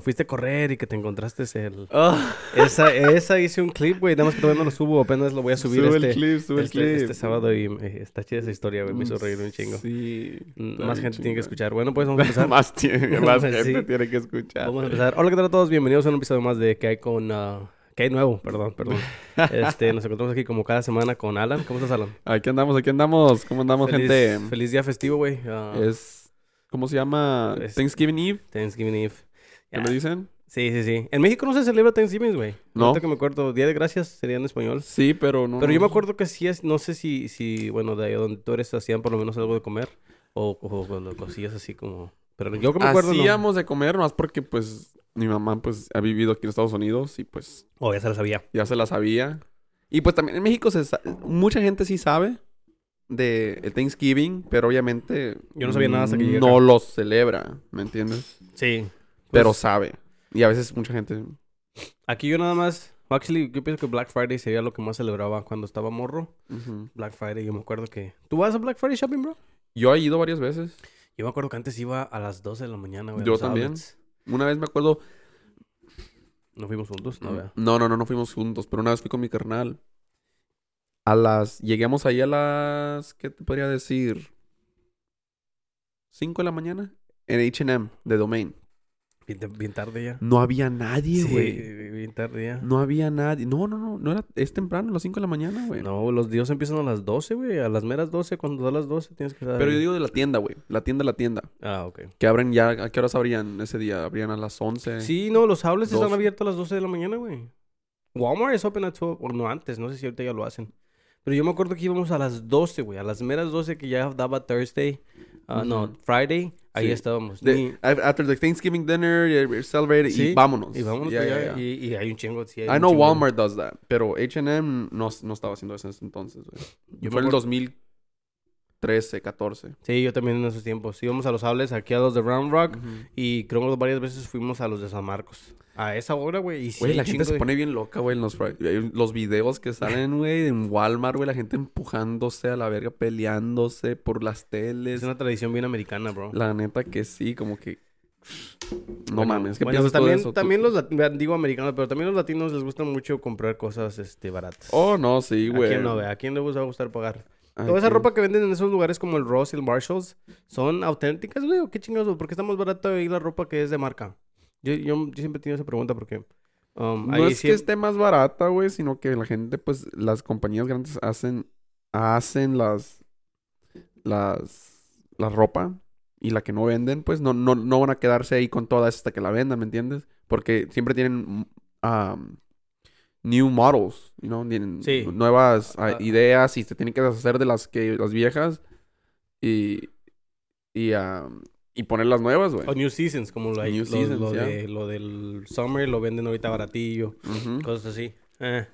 fuiste a correr y que te encontraste el... Oh, Esa, esa hice un clip, güey. Nada más que todavía no lo subo. Apenas lo voy a subir sube este, el clip, sube este, el clip. Mm, este sábado y eh, está chida esa historia, güey. Me hizo reír un chingo. Sí. Mm, está Más gente tiene bien que chingón. escuchar. Bueno, pues vamos a empezar. Más, tiene, más Sí. gente tiene que escuchar. Vamos a empezar. Hola, ¿qué tal a todos? Bienvenidos a un episodio más de ¿Qué hay con... ah, ¿Qué hay nuevo? Perdón, perdón. Este, nos encontramos aquí como cada semana con Alan. ¿Cómo estás, Alan? Aquí andamos, aquí andamos. ¿Cómo andamos, feliz, gente? Feliz día festivo, güey. Ah, Es. ¿Cómo se llama? Es- Ah. Thanksgiving Eve, Thanksgiving Eve. ¿qué Ya. me dicen? Sí, sí, sí. En México no se celebra Thanksgiving, güey. No. Ahorita que me acuerdo, Día de Gracias sería en español. Sí, pero no. Pero yo me acuerdo que sí es, no sé si, si bueno, de ahí donde tú eres hacían por lo menos algo de comer o, o, o cosillas así como... Pero yo que me acuerdo, no. Hacíamos de comer, más porque, pues, mi mamá, pues, ha vivido aquí en Estados Unidos y, pues, Oh, ya se lo sabía. ya se la sabía. Y, pues, también en México se sa- mucha gente sí sabe de el Thanksgiving, pero obviamente... Yo no sabía nada hasta que llegué No acá. lo celebra, ¿me entiendes? Sí. Pero Pues, sabe. Y a veces mucha gente... Aquí yo nada más... Actually, yo pienso que Black Friday sería lo que más celebraba cuando estaba morro. Ujú. Black Friday, yo me acuerdo que... ¿Tú vas a Black Friday shopping, bro? Yo he ido varias veces. Yo me acuerdo que antes iba a las 12 de la mañana, güey. a Yo los también. outlets. Una vez me acuerdo... Nos fuimos juntos, Mm. no, vea. No, no, no, no fuimos juntos, pero una vez fui con mi carnal. A las... Llegamos ahí a las... ¿Qué te podría decir? 5 de la mañana. En H&M, de Domain. Bien, te- bien tarde ya. No había nadie, Sí, güey. bien tarde ya. No había nadie. No, no, no. no era... Es temprano, a las 5 de la mañana, güey. No, los días empiezan a las 12, güey. A las meras 12, cuando da las 12 tienes que estar Pero ahí. yo digo de la tienda, güey. La tienda, la tienda. Ah, ok. Que abren ya... ¿A qué horas abrían ese día? Abrían a las 11. Sí, no, los outlets están Dos. abiertos a las 12 de la mañana, güey. Walmart es open at 12, o no antes, no sé si ahorita ya lo hacen. Pero yo me acuerdo que íbamos a las 12, güey, a las meras 12 que ya daba Thursday, ah, no, Ujú. Friday, ahí Sí. estábamos. De- Ni- af- After the Thanksgiving dinner, eh, celebrate Sí, y vámonos. y vámonos Ya, para ya, allá, ya. Y, y hay un chingo. sí, hay I un know chingo. Walmart does that, pero H&M no, no estaba haciendo eso en ese entonces, güey. me Fue en el acuerdo- 2013, 14. Sí, yo también en esos tiempos. Íbamos a los outlets aquí a los de Round Rock Güey, y creo que varias veces fuimos a los de San Marcos. A esa hora, güey. Y sí, hay la gente chingo se de- pone bien loca, güey, en los, fri- hay los videos que salen, güey, en Walmart, güey, la gente empujándose a la verga, peleándose por las Es teles. una tradición bien americana, bro. La neta que sí, como que... No Bueno, mames, ¿qué bueno, piensas tú de también, eso? ¿Tú- También los latinos, digo americanos, pero también los latinos les gusta mucho comprar cosas este, baratas. Oh, no, sí, ¿A güey. quién no ve? ¿A quién les va a gustar pagar? ¿A Toda esa quién? ropa que venden en esos lugares como el Ross y el Marshalls, ¿son auténticas, güey? ¿O qué chingados? Porque está más barato ahí la ropa que es de marca. Yo, yo, yo siempre he tenido esa pregunta porque... um, No ahí es sí- que esté más barata, güey, sino que la gente, pues, las compañías grandes hacen, hacen las, las, la ropa y la que no venden, pues, no, no, no van a quedarse ahí con todas hasta que la vendan, ¿me entiendes? Porque siempre tienen um, new models, you know, tienen Sí. nuevas ah, Ah. ideas y se tienen que deshacer de las que, las viejas y, y, um, y poner las nuevas, güey. O New Seasons, como lo, hay- New lo- Seasons, lo ya. de- lo del Summer, lo venden ahorita baratillo, Ujú. cosas así. Eh.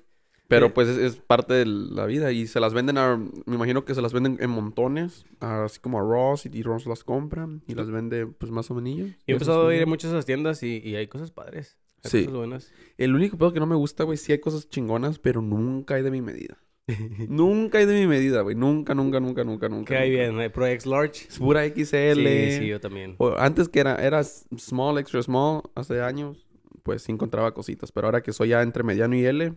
Pero Sí. pues es, es parte de la vida y se las venden a, me imagino que se las venden en montones, a- así como a Ross y, y Ross las compra y las vende pues más o menos. Yo he empezado a ir a muchas de esas tiendas y, y hay cosas padres. Hay Sí. cosas buenas. El único pedo que no me gusta, güey, sí hay cosas chingonas, pero nunca hay de mi medida. nunca hay de mi medida, güey, nunca, nunca, nunca, nunca, nunca. Que hay nunca. bien, hay Pro X Large. Es pura XL. Sí, sí, yo también. O antes que era, era s- small, extra small, hace años, pues sí encontraba cositas, pero ahora que soy ya entre mediano y L,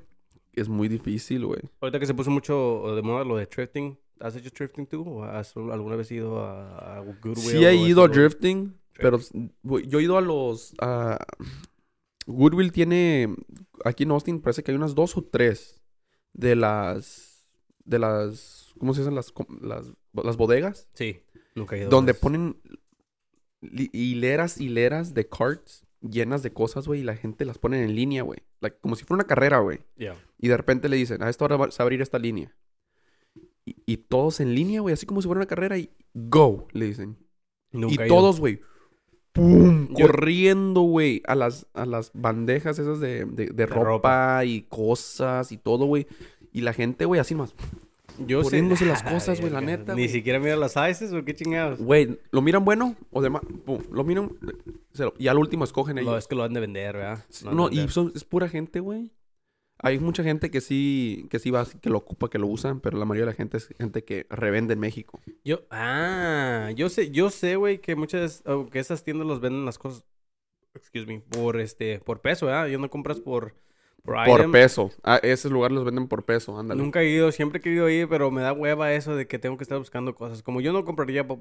es muy difícil, güey. Ahorita que se puso mucho de moda lo de thrifting, ¿has hecho thrifting tú? ¿O has alguna vez ido a, a Goodwill? Sí he o ido a esos lugares? drifting, pero güey, yo he ido a los... a- Goodwill tiene... Aquí en Austin parece que hay unas dos o tres de las... De las... ¿Cómo se dicen? Las, com- las, las bodegas. Sí, nunca he ido. a Donde esas. ponen li- hileras, hileras de carts llenas de cosas, güey. Y la gente las pone en línea, güey. Like, como si fuera una carrera, güey. Ya. Y de repente le dicen, a esta hora va- se va a abrir esta línea. Y, y todos en línea, güey. Así como si fuera una carrera y... Go, le dicen. Nunca he Y ido. todos, güey. ¡Pum! Yo- Corriendo, güey. A las, a las bandejas esas de, de- de ropa, ropa. y cosas y todo, güey. Y la gente, güey, así más. Yo sé- poniéndose las Ay, cosas, güey, la verga. neta, Ni güey. siquiera mira las sizes o qué chingados. Güey, ¿lo miran bueno? O demás. Pum, lo miran. se lo- y al último escogen Lo- ellos. es que lo han de vender, ¿verdad? Lo han de No, y vender. son- es pura gente, güey. Hay mucha gente que sí, que sí va, así, que lo ocupa, que lo usan, pero la mayoría de la gente es gente que revende en México. Yo, ah, yo sé, yo sé, güey, que muchas, o que esas tiendas los venden las cosas excuse me, por este, por peso, ¿verdad? Yo no compras por, por, Por item. peso. Ah, esos lugares los venden por peso, ándale. Nunca he ido, siempre he querido ir, pero me da hueva eso de que tengo que estar buscando cosas. Como yo no compraría, po-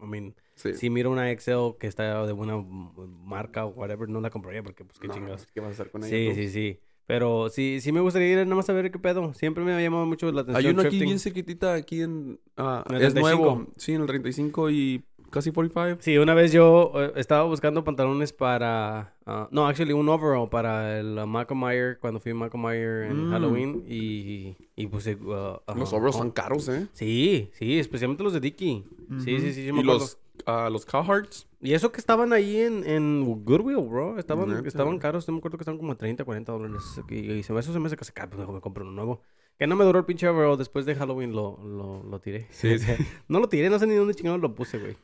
I mean, Sí. si miro una Excel que está de una marca o whatever, no la compraría porque pues qué No, chingados. ¿Qué vas a hacer con ella Sí, tú? sí, sí. Pero sí, sí me gustaría ir nada más a ver qué pedo. Siempre me ha llamado mucho la atención. Hay uno aquí thrifting. bien chiquitita, aquí en... ah, En el es 35. nuevo. Sí, en el 35 y casi 45. Sí, una vez yo eh, estaba buscando pantalones para... ah, no, actually, un overall para el uh, Michael Myers, cuando fui a Michael Myers en Mm. Halloween. Y, y puse... uh, Los ajá, sobros oh, son caros, ¿eh? Sí, sí, especialmente los de Dicky. Sí, sí, sí, yo me Y acuerdo. los, ah, los Cowhearts. Y eso que estaban ahí en, en Goodwill, bro. Estaban, Neta, estaban güey. caros. Yo me acuerdo que estaban como 30, 40 dólares. Y, y se me, eso se me hace que se cae, pues, mejor me compro uno nuevo. Que no me duró el pinche overall. Después de Halloween lo, lo, lo tiré. Sí, sí. Mm. no lo tiré, no sé ni dónde chingados lo puse, güey.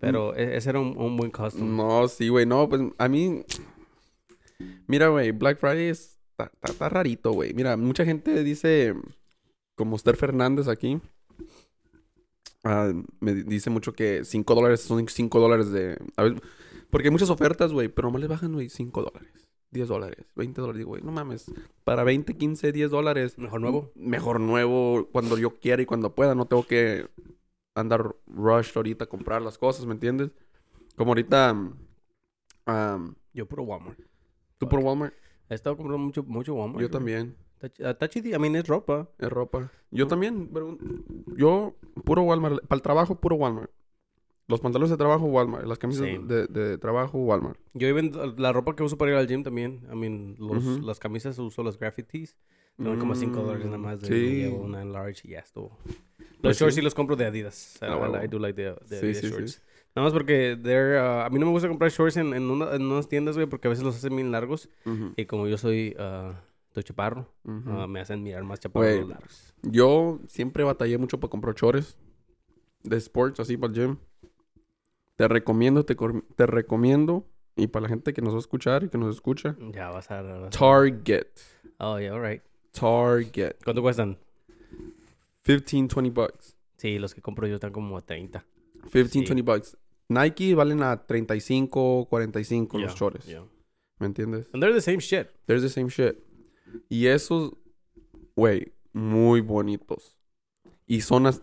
Pero e- ese era un, un buen custom. No, sí, güey, no, pues a mí. Mira, güey, Black Friday es- está, está- está rarito, güey. Mira, mucha gente dice, como Esther Fernández aquí, ah, me di- dice mucho que 5 dólares son 5 dólares de. a veces- porque hay muchas ofertas, güey, pero nomás les bajan, güey, 5 dólares, 10 dólares, 20 dólares. Digo, güey, no mames, para 20, 15, 10 dólares. Mejor nuevo. Mejor nuevo, cuando yo quiera y cuando pueda. No tengo que andar rush ahorita a comprar las cosas, ¿me entiendes? Como ahorita... mm, am, Yo puro Walmart. Tú por Walmart. He estado comprando mucho, mucho Walmart. Yo güey. también. Está chi- ah, Está chido. A mí es ropa. Es ropa. Yo también. pero- Yo, puro Walmart. Para el trabajo, puro Walmart. Los pantalones de trabajo, Walmart. Las camisas Same. de, de trabajo, Walmart. Yo even la ropa que uso para ir al gym también. I mean, los, Ujú. las camisas uso las graffitis. No, como 5 dólares nada Mm, más. De, me Sí. llevo una en large y ya estuvo. Los Pues shorts sí. sí. los compro de Adidas. I, Ah, huevo. I do like the, the Sí, Adidas sí, sí. shorts. Nada más porque they're, uh, a mí no me gusta comprar shorts en, en, una- en unas tiendas, güey, porque a veces los hacen bien largos. Ujú, Y como yo soy, uh, estoy chaparro, ujú. uh, me hacen mirar más chaparro Güey. los largos. Yo siempre batallé mucho para comprar chores de sports, así para el gym. Te recomiendo, te, cor- te recomiendo. Y para la gente que nos va a escuchar y que nos escucha. Ya vas a... vas a- Target. Oh, yeah, alright. Target. ¿Cuánto cuestan? 15, 20 bucks. Sí, los que compro yo están como a 30. 15, Sí. 20 bucks. Nike valen a 35, 45 los Yeah, chores. yeah. ¿Me entiendes? And they're the same shit. They're the same shit. Y esos, güey, muy bonitos. Y son as-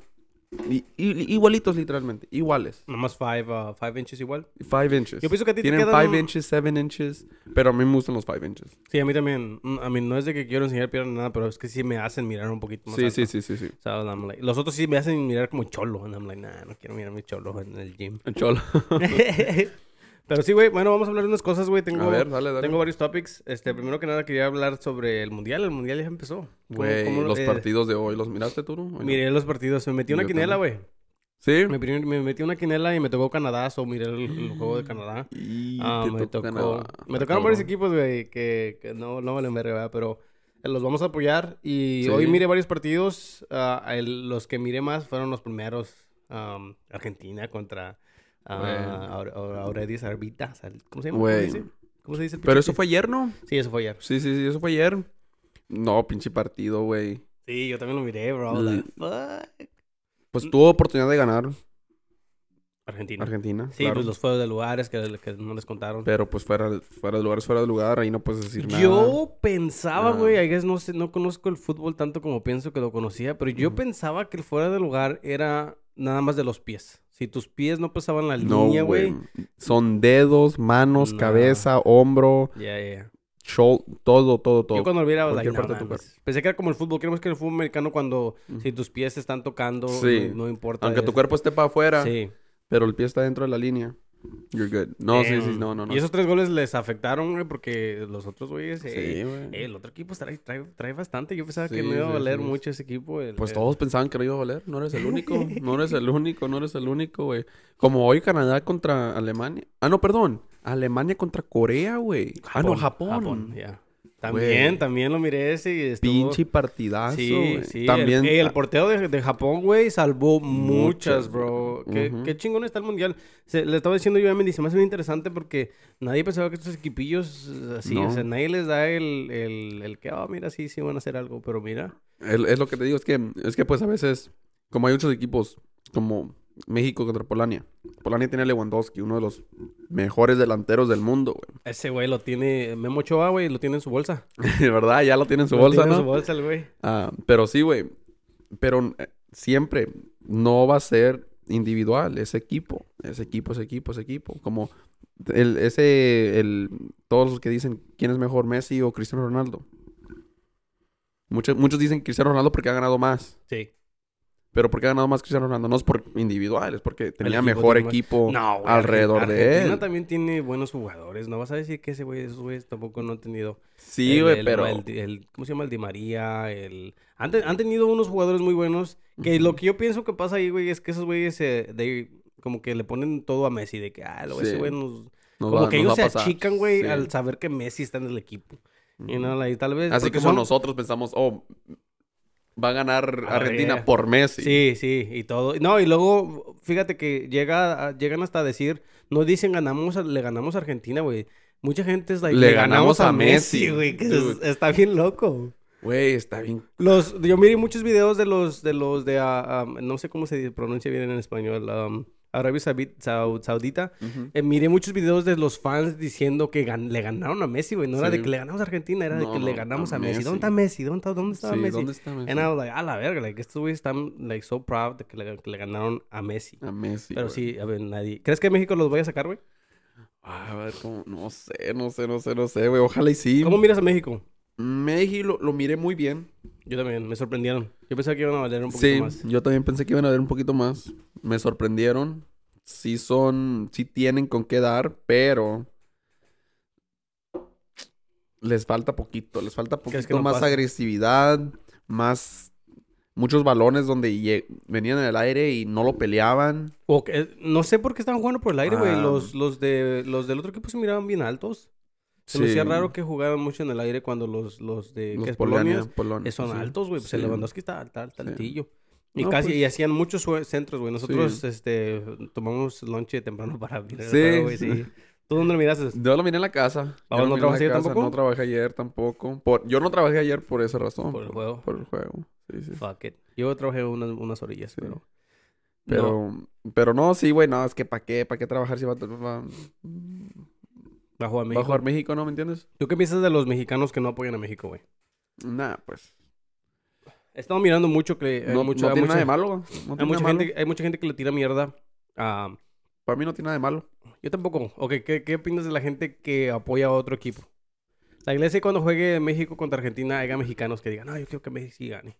i- i- igualitos literalmente. Iguales. Nomás 5 five inches igual. 5 inches. Yo pienso que a ti te Tienen quedan... 5 inches, 7 inches. Pero a mí me gustan los 5 inches. Sí, a mí también. Mm, A mí no es de que quiero enseñar piernas ni nada, pero es que sí me hacen mirar un poquito más Sí, alto. sí, sí, sí, sí. So, I'm like- los otros sí me hacen mirar como cholo. And I'm like, nah, no quiero mirar mi cholo en el gym. Cholo. Pero sí, güey, bueno, vamos a hablar de unas cosas, güey. Tengo, A ver, dale, dale. tengo varios topics. Este, primero que nada quería hablar sobre el mundial. El mundial ya empezó. ¿Cómo- Güey, cómo- los eh, partidos de hoy. ¿Los miraste tú, no? ¿O no? Miré los partidos. Me metí una Yo quinela, güey. Sí. Me, pri- me metí una quinela y me tocó Canadá. So, miré el, el juego de Canadá. Y Ah, te me tocó tocó. Canadá. Me Ah, tocaron varios cabrón. equipos, güey, que, que no, no valen verga, ¿verdad? pero eh, los vamos a apoyar. Y Sí. hoy miré varios partidos. ah, el- los que miré más fueron los primeros. am, Argentina contra ah, Aure- Aure- Aurelius Arbita. o sea, ¿Cómo se llama? ¿Cómo se Güey. dice? ¿Cómo se dice el Pero pinche eso fue ayer, ¿no? equipo? Sí, eso fue ayer. Sí, sí, sí, eso fue ayer. No, pinche partido, güey. Sí, yo también lo miré, bro. L- like, fuck. Mm. Pues tuvo oportunidad de ganar Argentina. Argentina. Sí, claro. pues los fueros de lugares que, que no les contaron. Pero pues fuera, fuera de lugar, es fuera de lugar, ahí no puedes decir nada. Yo pensaba, Ah. güey, I guess no sé, no conozco el fútbol tanto como pienso que lo conocía, pero yo Ujú. pensaba que el fuera de lugar era nada más de los pies. Si tus pies no pasaban la No, línea, güey. güey. Son dedos, manos, Nah. cabeza, hombro, Ya, ya, ya. shoulder, todo, todo, todo. Yo cuando lo vi era, like, cualquier no parte de tu mames. pensé que era como el fútbol, creemos que el fútbol americano cuando Ujú. si tus pies se están tocando, Sí. no, no importa. Aunque tu es- cuerpo esté para afuera, Sí. pero el pie está dentro de la línea. You're good. No, sí, sí, Damn. no, no, no. Y esos tres goles les afectaron, güey, porque los otros güeyes, eh, Sí, güey. el otro equipo trae, trae, trae bastante. Yo pensaba que Sí, no iba a sí, valer sí. mucho ese equipo. el- Pues el- todos pensaban que lo iba a valer. No eres el único. No eres el único. No eres el único, güey. Como hoy Canadá contra Alemania. Ah, no, perdón. Alemania contra Corea, güey. Ah, no, Japón. ya. También, Güey. también lo miré ese y estuvo... Pinche partidazo, Sí, güey. sí. También. ah, El, ey, el porteo de, de Japón, güey, salvó muchas, Muchas, bro. Qué, Ujú. qué chingón está el mundial. Se- le estaba diciendo yo a Emily, se me hace bien interesante porque nadie pensaba que estos equipillos eh, así, o No. sea, nadie les da el, el, el que, ah, mira, sí, sí van a hacer algo, pero mira. el- es lo que te digo. Es que, es que pues a veces, como hay muchos equipos, como México contra Polonia. Polonia tiene a Lewandowski, uno de los mejores delanteros del mundo, güey. Ese güey lo tiene. Memo Ochoa, güey, lo tiene en su bolsa. De verdad, ya lo tiene en su Lo bolsa, tiene ¿no? en su bolsa el güey. Ah, pero sí, güey. Pero eh, siempre no va a ser individual, es equipo. Es equipo, es equipo, es equipo. Como el, ese, el, todos los que dicen quién es mejor, Messi o Cristiano Ronaldo. Muchos, muchos dicen Cristiano Ronaldo porque ha ganado más. Sí. Pero porque ha ganado más Cristiano Ronaldo no es por individual, es porque tenía equipo mejor tiene más- equipo No, güey. alrededor de Argentina él. también tiene buenos jugadores. No vas a decir que ese güey, esos güeyes tampoco no han tenido. Sí, El- güey, el- pero... el- el- ¿Cómo se llama? El Di María. El... Han, te- han tenido unos jugadores muy buenos. Que lo que yo pienso que pasa ahí, güey, es que esos güeyes eh, de- como que le ponen todo a Messi. De que, ah, lo- ese Sí. güey nos... nos como va- que nos ellos se va a pasar. achican, güey, Sí. al saber que Messi está en el equipo. Y Ujú. no, la- y tal vez... Así porque como son- nosotros pensamos, oh, va a ganar Ah, Argentina yeah. por Messi. Sí, sí, y todo. No, y luego, fíjate que llega, a- llegan hasta a decir, no dicen ganamos, a- le ganamos a Argentina, güey. Mucha gente es like, Le ganamos a Messi, güey, que es- dude. está bien loco. Güey, está bien. Los, yo miré muchos videos de los, de los de, ah, am, no sé cómo se pronuncia bien en español, am, Arabia Sabi- Sau- Saudita. Eh, miré muchos videos de los fans diciendo que gan- le ganaron a Messi, güey. No era Sí. de que le ganamos a Argentina, era de No, que le no, ganamos a a Messi. Messi. ¿Dónde está Messi? ¿Dónde, está, dónde estaba Sí, Messi? ¿dónde está Messi? And I was like, a la verga, like, estos güeyes están, like, so proud de que le, que le ganaron a Messi. A Messi. Pero güey. sí, a ver, nadie... ¿Crees que México los vaya a sacar, güey? Ah, A ver, como, no sé, no sé, no sé, no sé, güey. Ojalá y sí. ¿Cómo miras a México? México lo, lo miré muy bien. Yo también, me sorprendieron. Yo pensaba que iban a valer un poquito Sí, más. yo también pensé que iban a ver un poquito más. Me sorprendieron. Sí son, sí tienen con qué dar, pero les falta poquito, les falta ¿Crees que poquito no más pasa? agresividad, más muchos balones donde lle- venían en el aire y no lo peleaban. O que- eh, no sé por qué estaban jugando por el aire, güey. Ah. Los, los, de, los del otro equipo se miraban bien altos. Se me hacía Sí, raro que jugaban mucho en el aire cuando los, los de los Eh, que es Polonia, Polonia Polonia, eh, son sí. altos, güey. Pues el Sí. Lewandowski está está Sí. altillo. Y No, casi pues- y hacían muchos sue- centros, güey. Nosotros este, tomamos lonche temprano para mirar el Sí, juego, güey, sí. sí. ¿Tú dónde lo miraste? Yo lo miré en la casa. Ah, Yo ¿no lo miré en la trabajaste ayer casa, tampoco? No trabajé ayer tampoco. Por- yo no trabajé ayer por esa razón. Por el juego. Por el juego. Sí, sí. Fuck it. Yo trabajé unas, unas orillas, Sí. pero... No, Pero, pero no, sí, güey, no, es que ¿para qué? ¿Para qué trabajar si va, va- va va a jugar a México. jugar México, no? ¿Me entiendes? ¿Tú qué piensas de los mexicanos que no apoyan a México, güey? Nah, pues. eh, He estado mirando mucho que... hay No, mucho- no hay tiene mucha- nada de malo, güey. No tiene Hay mucha, nada de malo. gente, hay mucha gente que le tira mierda. a... Para mí no tiene nada de malo. yo tampoco. Ok, ¿qué, qué opinas de la gente que apoya a otro equipo? La iglesia cuando juegue México contra Argentina haya mexicanos que digan, no, yo quiero que México gane.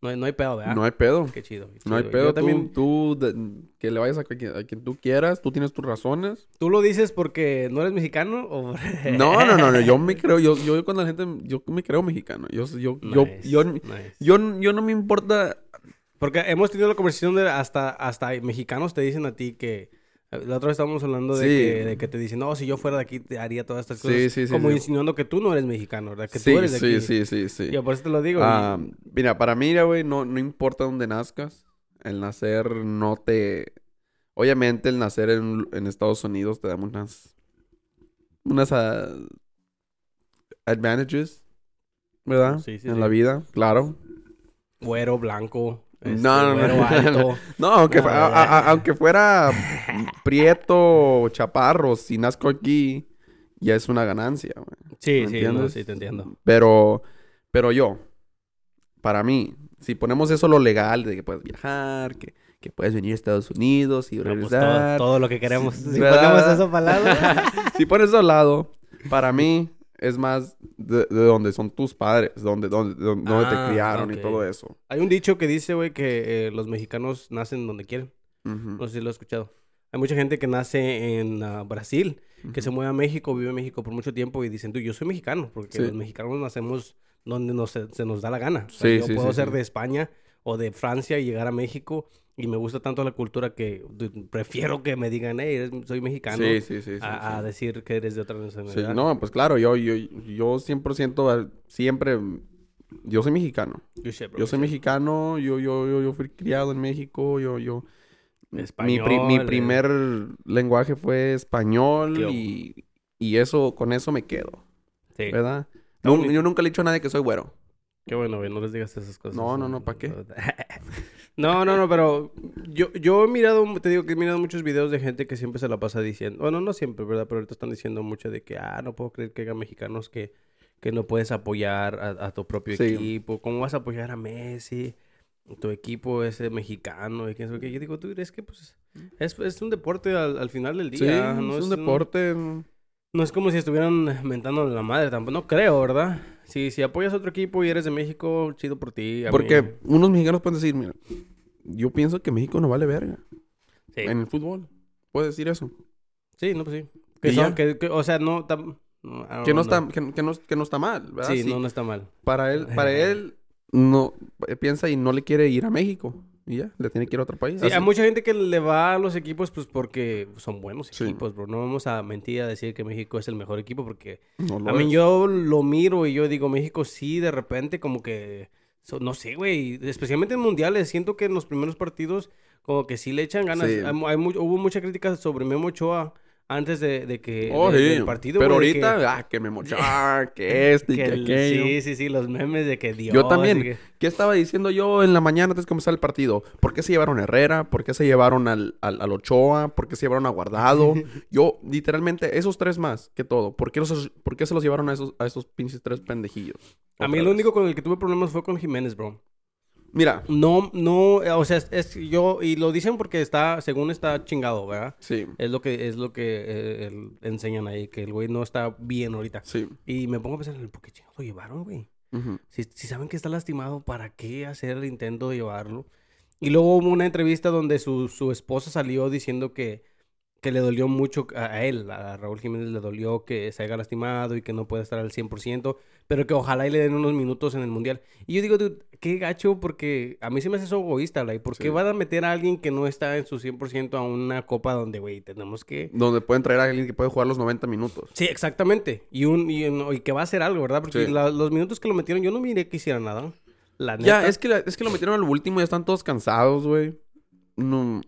No, hay- no hay pedo, ¿verdad? No hay pedo. Qué chido. qué No hay chido. pedo. Ah. Yo Tú, también, tú de- que le vayas a, quien- a quien tú quieras, tú tienes tus razones. ¿Tú lo dices porque no eres mexicano o...? No, no, no, no, yo me creo, yo, yo con la gente, yo me creo mexicano. Yo, yo, yo, Nice, yo, nice. yo, yo no me importa Porque hemos tenido la conversación de hasta, hasta mexicanos te dicen a ti que... La otra vez estábamos hablando de, Sí. que, de que te dicen, no, si yo fuera de aquí te haría todas estas Sí, cosas. sí, sí, Como sí. insinuando que tú no eres mexicano, ¿verdad? Que sí, tú eres de sí, aquí. sí, sí, sí. Yo por eso te lo digo. Ah, mira, para mí, mira, güey, no, no importa dónde nazcas. El nacer no te... Obviamente el nacer en, en Estados Unidos te da unas... Unas ah, advantages, ¿verdad? Sí, sí, en sí. la vida, claro. Güero, blanco. No, este, no, no. güero alto. No, aunque, No, eh. fu- a- a- a- aunque fuera prieto, chaparro, si nazco aquí, ya es una ganancia, güey. Sí, ¿Me sí, no, entiendes? sí, te entiendo. Pero, pero yo, para mí, si ponemos eso lo legal, de que puedes viajar, que, que puedes venir a Estados Unidos y No, pues, regresar. todo, todo lo que queremos. Sí, si ¿verdad? ponemos esa palabra. Si pones eso al lado, para mí es más de, de donde son tus padres, donde, donde, donde, donde Ah, te criaron ok. y todo eso. Hay un dicho que dice, güey, que eh, los mexicanos nacen donde quieren. Ujú, No sé si lo he escuchado. Hay mucha gente que nace en ah, Brasil, que se ujú. mueve a México, vive en México por mucho tiempo y dicen, tú, yo soy mexicano, porque Sí. los mexicanos nacemos donde nos, se nos da la gana. O sea, Sí, yo sí, puedo sí, ser sí. de España o de Francia y llegar a México y me gusta tanto la cultura que du- prefiero que me digan, hey, eres- soy mexicano. Sí, sí, sí. sí, a, sí. a decir que eres de otra Sí, nacionalidad. no, pues claro, yo, yo, yo 100% al- siempre, yo soy mexicano. Yo sé, bro, Yo yo soy sé. mexicano, yo, yo, yo, yo fui criado en México, yo, yo... Mi, Español, pri- mi eh. primer lenguaje fue ¿Qué español hubo? y, y eso, con eso me quedo, Sí. ¿verdad? No, bonito. yo nunca le he dicho a nadie que soy güero. Qué bueno, güey, no les digas esas cosas. No, no, no, ¿pa' qué? eh, No, no, no, pero yo, yo he mirado, te digo que he mirado muchos videos de gente que siempre se la pasa diciendo, bueno, no siempre, ¿verdad? Pero ahorita están diciendo mucho de que, ah, no puedo creer que haya mexicanos que, que no puedes apoyar a, a tu propio Sí. equipo. ¿Cómo vas a apoyar a Messi? Tu equipo es eh, mexicano y quién sabe qué. Yo digo, tú es que pues es, es un deporte al, al final del Sí, día. no es un deporte. no- No es como si estuvieran mentando la madre tampoco. No creo, ¿verdad? Si, si apoyas a otro equipo y eres de México, chido por ti. a Porque mí- unos mexicanos pueden decir, mira, yo pienso que México no vale verga Sí. en el fútbol. Puedes decir eso. Sí, no, pues sí. Que Y son- ya. que- que- o sea, no... tam- no, I don't Que know. no, está, que, que no, que no está mal, ¿verdad? Sí, Sí. No, no está mal. Para él, para él no eh, piensa y no le quiere ir a México. Y ya, le tiene que ir a otro país. Sí, Así- hay mucha gente que le va a los equipos pues porque son buenos Sí. equipos, bro. No vamos a mentir a decir que México es el mejor equipo porque... no lo A mí es. yo lo miro y yo digo, México sí, de repente como que... so- no sé, güey. Especialmente en mundiales. Siento que en los primeros partidos como que sí le echan ganas. Sí. Hay mu- hay mu- hubo mucha crítica sobre Memo Ochoa antes de, de que... Oh, de- sí. del partido, Pero güey, de que- ahorita, ah, que me mochar, que este y que que, el- aquello. sí, sí, sí, los memes de que Dios... Yo también. y que- ¿Qué estaba diciendo yo en la mañana antes de comenzar el partido? ¿Por qué se llevaron a Herrera? ¿Por qué se llevaron al, al, al Ochoa? ¿Por qué se llevaron a Guardado? Yo, literalmente, esos tres más que todo. ¿Por qué, los- por qué se los llevaron a esos, a esos pinches tres pendejillos? A mí Otra lo vez. único con el que tuve problemas fue con Jiménez, bro. Mira, No, no, eh, o sea, es, es- yo, y lo dicen porque está, según está chingado, ¿verdad? sí, Es lo que, es lo que eh, el- enseñan ahí, que el güey no está bien ahorita. sí. Y me pongo a pensar, ¿por qué chingados lo llevaron, güey? ujú. Si, si saben que está lastimado, ¿para qué hacer el intento de llevarlo? Y luego hubo una entrevista donde su, su esposa salió diciendo que, que le dolió mucho a, a él, a Raúl Jiménez le dolió que se haya lastimado y que no puede estar al 100%, pero que ojalá y le den unos minutos en el Mundial. Y yo digo, dude, qué gacho, porque a mí se me hace eso egoísta, like, ¿por Sí. qué van a meter a alguien que no está en su 100% a una copa donde, güey, tenemos que... Donde pueden traer a alguien que puede jugar los 90 minutos. Sí, exactamente. Y, un, y, un- y que va a hacer algo, ¿verdad? Porque Sí. la- los minutos que lo metieron, yo no miré que hiciera nada. La neta. Ya, es que, la- es que lo metieron al último y ya están todos cansados, güey. No,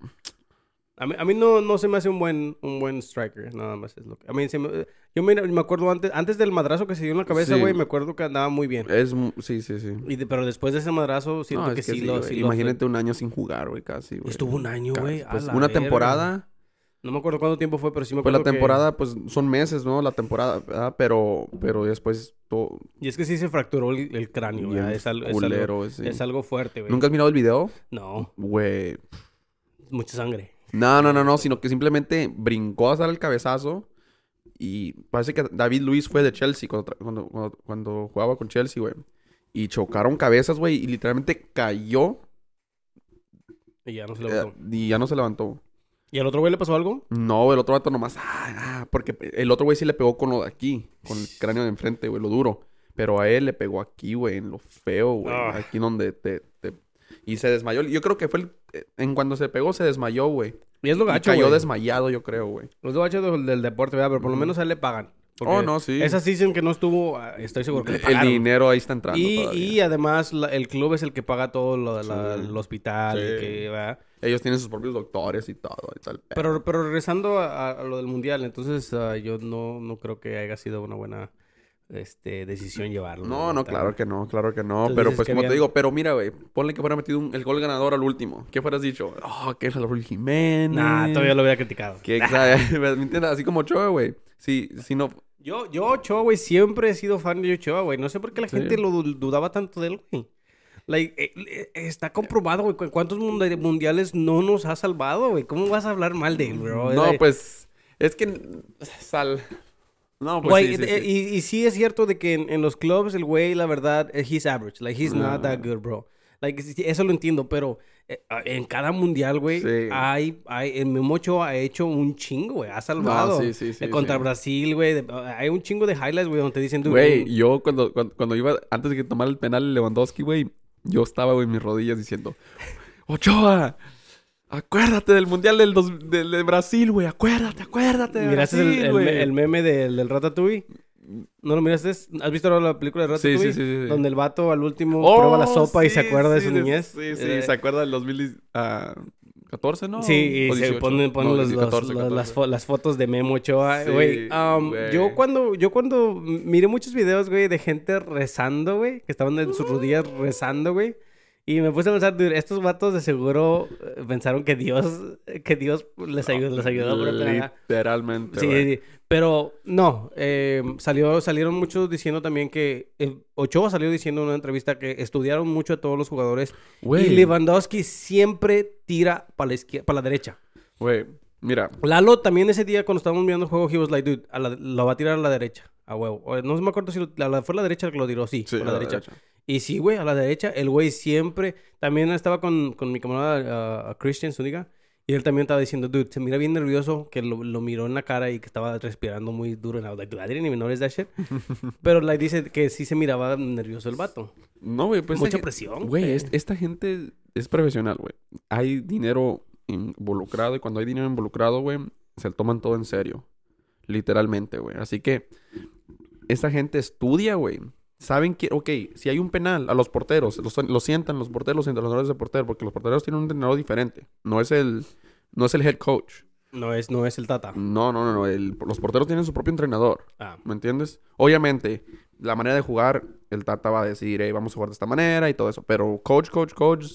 A mí, a mí no, no se me hace un buen, un buen striker, nada más es lo que... A mí se me- Yo mira, me acuerdo antes, antes del madrazo que se dio en la cabeza, Sí. güey, me acuerdo que andaba muy bien. es... mu- Sí, sí, sí. Y de- pero después de ese madrazo, siento No, que, es que sí, sí, lo... güey. sí lo afectó. Imagínate un año sin jugar, güey, casi, güey. Estuvo un año, Casi, güey. a pues, la una verga. temporada... No me acuerdo cuánto tiempo fue, pero sí me Pues acuerdo la que- temporada, pues son meses, ¿no? La temporada, ¿verdad? Pero, pero después todo Y es que sí se fracturó el, el cráneo, bien ¿verdad? Es, al- es algo, culero ese. es algo fuerte, güey. ¿Nunca has mirado el video? No, Güey. mucha sangre. No, no, no, no, sino que simplemente brincó a dar el cabezazo y parece que David Luis fue de Chelsea cuando, tra- cuando, cuando- cuando jugaba con Chelsea, güey. Y chocaron cabezas, güey, y literalmente cayó Y ya no se eh, levantó. y ya no se levantó. ¿Y al otro güey le pasó algo? No, el otro vato nomás. Ah, ah, porque el otro güey sí le pegó con lo de aquí, con el cráneo de enfrente, güey, lo duro. Pero a él le pegó aquí, güey, en lo feo, güey. Ah. Aquí donde te, te- Y se desmayó. Yo creo que fue el- eh, En cuando se pegó, se desmayó, güey. Y es lo Y gacho, cayó güey. desmayado, yo creo, güey. Los dos gachos del, del deporte, ¿verdad? Pero por lo Ujú. menos a él le pagan. Oh, no, sí. Esa season que no estuvo, ah, estoy seguro que le El pagaron. dinero ahí está entrando y, todavía. y además la- el club es el que paga todo lo- la- Sí. el hospital. Sí. y que, ¿verdad? Ellos tienen sus propios doctores y todo. y tal. pero, pero regresando a, a lo del mundial, entonces ah, yo no, no creo que haya sido una buena este, decisión llevarlo. No, no, claro que no, claro que no. Entonces pero dices pues que como te habían- digo, pero mira, güey, ponle que fuera metido un- el gol ganador al último. ¿Qué fueras dicho? Oh, que es Raúl Jiménez. Nah, todavía lo hubiera criticado. Que exacto, ¿me entiendes? Así como Ochoa, güey. Si, si no... Yo, yo Ochoa, güey, siempre he sido fan de Ochoa, güey. No sé por qué la Sí. gente lo du- dudaba tanto de él, güey. Like, eh, eh, está comprobado, güey. cu- ¿Cuántos munda- mundiales no nos ha salvado, güey? ¿Cómo vas a hablar mal de él, bro? No, Like, pues... Es que... Sal... No, pues Güey, sí, sí, eh, sí. Y, y sí es cierto de que en, en los clubs el güey, la verdad, eh, he's average. Like, he's not Mm. that good, bro. Like, sí, sí, eso lo entiendo, pero eh, ah, en cada mundial, güey, Sí. hay, hay, el Memo Ochoa ha hecho un chingo, güey. Ha salvado. sí, sí, sí, Eh, contra sí. Brasil, güey. de- ah, Hay un chingo de highlights, güey, donde te dicen... dude, un- Güey, yo cuando, cuando, cuando iba... Antes de que tomara el penal Lewandowski, güey, yo estaba, güey, en mis rodillas diciendo... ¡Ochoa! Acuérdate del Mundial del, dos- del- de Brasil, güey. Acuérdate, acuérdate de ¿Miraste el- Brasil, el, güey. me- el meme del, del Ratatouille? ¿No lo miraste? ¿Has visto la película de Sí, sí, Ratatouille? sí, sí, sí. Donde el vato al último Oh, prueba la sopa y se sí, acuerda de sí, su niñez. Sí, sí. Eh, ¿Se acuerda del 2014, ah, no? sí, y O se 18. ponen, ponen No, los- los- 14, los- Las, 14. fo- las fotos de Memo Ochoa. Sí, Güey, um, güey. yo cuando, yo cuando miré muchos videos, güey, de gente rezando, güey, que estaban en sus rodillas rezando, güey. Y me puse a pensar, dude, estos vatos de seguro eh, pensaron que Dios, que Dios les ayudó, les ayudó. pero para nada. Literalmente, Sí, güey. sí, sí. Pero no, eh, salió, salieron muchos diciendo también que eh, Ochoa salió diciendo en una entrevista que estudiaron mucho a todos los jugadores Güey. y Lewandowski siempre tira para la izquierda, para la derecha. Güey, mira. Lalo también ese día cuando estábamos mirando el juego, he was like, dude, a la, la va a tirar a la derecha, a huevo. O, No me acuerdo si lo- la- la- fue a la derecha el que lo tiró, sí, Sí, fue eh, a a la, la derecha. derecha. Y sí, güey, a la derecha, el güey siempre, también estaba con, con mi camarada ah, Christian Zúñiga, y él también estaba diciendo, dude, se mira bien nervioso, que lo, lo miró en la cara y que estaba respirando muy duro, en I was like, dude, I didn't even notice that shit. Pero like, dice que sí se miraba nervioso el vato. No, güey, pues. Mucha esta gen- presión. eh. Güey, es- esta gente es profesional, güey. Hay dinero involucrado y cuando hay dinero involucrado, güey, se lo toman todo en serio. Literalmente, güey. Así que esta gente estudia, güey. Saben que, ok, si hay un penal a los porteros, los, los sientan los porteros, los entrenadores de portero, porque los porteros tienen un entrenador diferente. No es el, no es el head coach. No es, no es el tata. No, no, no, no. el- los porteros tienen su propio entrenador. Ah, ¿Me entiendes? Obviamente, la manera de jugar, el Tata va a decir, hey, vamos a jugar de esta manera y todo eso. Pero coach, coach, coach,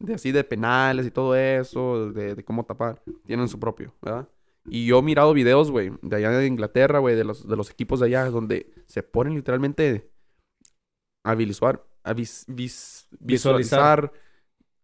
de así de penales y todo eso, de, de cómo tapar, tienen su propio, ¿verdad? Y yo he mirado videos, güey, de allá de Inglaterra, güey, de los, de los equipos de allá, donde se ponen literalmente a visualizar, a vis- vis- Visualizar. visualizar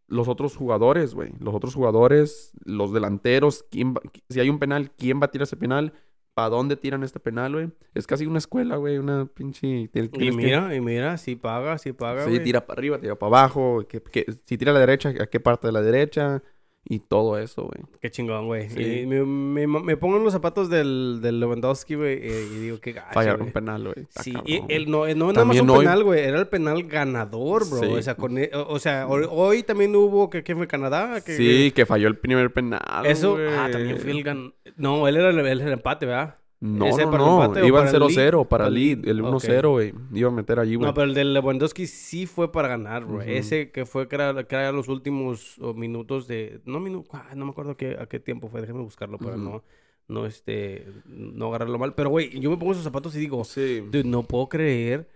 los otros jugadores, güey. Los otros jugadores, los delanteros, quién va- si hay un penal, ¿quién va a tirar ese penal? ¿Para dónde tiran este penal, güey? Es casi una escuela, güey, una pinche... tienes y que- mira, y mira, sí paga, sí paga, Sí, güey. tira para arriba, tira para abajo. que- que- si tira a la derecha, ¿a qué parte de la derecha? Y todo eso, güey. Qué chingón, güey. Sí. Y Me, me- me pongo en los zapatos del, del Lewandowski, güey, eh, y digo, qué gacho, Fallar güey. un penal, güey. Está Sí, y Ah, cabrón, él güey. no, no nada más También un hoy- penal, güey. Era el penal ganador, bro. Sí. O sea, con, e- o, o sea hoy, hoy también hubo que, que fue Canadá. Que, Sí, que falló el primer penal, que- eso. güey. Ah, también fue el gan... No, él era el, él era el empate, ¿verdad? No, ¿Ese no, para el no. empate o Iban para el 0-0 lead? para Para el el lead. El lead, 1-0, güey. Iba a meter allí, güey. No, pero el de Lewandowski sí fue para ganar, güey. Ujú. Ese que fue que era, que era los últimos oh, minutos de. No, minu... ah, no me acuerdo qué- a qué tiempo fue. Déjame buscarlo para Ujú. no, no, este, no agarrarlo mal. Pero, güey, yo me pongo esos zapatos y digo, Sí. dude, no puedo creer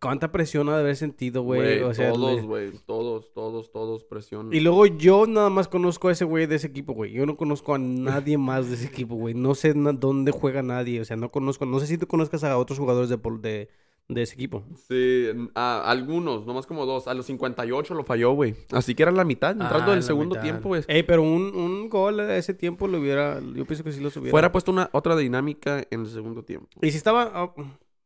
cuánta presión ha de haber sentido, güey. O sea, le- todos, güey. Todos, todos, todos presión. Y luego yo nada más conozco a ese güey de ese equipo, güey. Yo no conozco a nadie más de ese equipo, güey. No sé na- dónde juega nadie. O sea, no conozco. No sé si tú conozcas a otros jugadores de, pol- de, de ese equipo. Sí, a algunos, nomás como dos. A los 58 lo falló, güey. Así que era la mitad, entrando Ah, del la segundo mitad. tiempo, güey. Ey, pero un, un gol a ese tiempo lo hubiera. Yo pienso que sí lo subiera. Fuera puesto una otra dinámica en el segundo tiempo. Y si estaba. ah,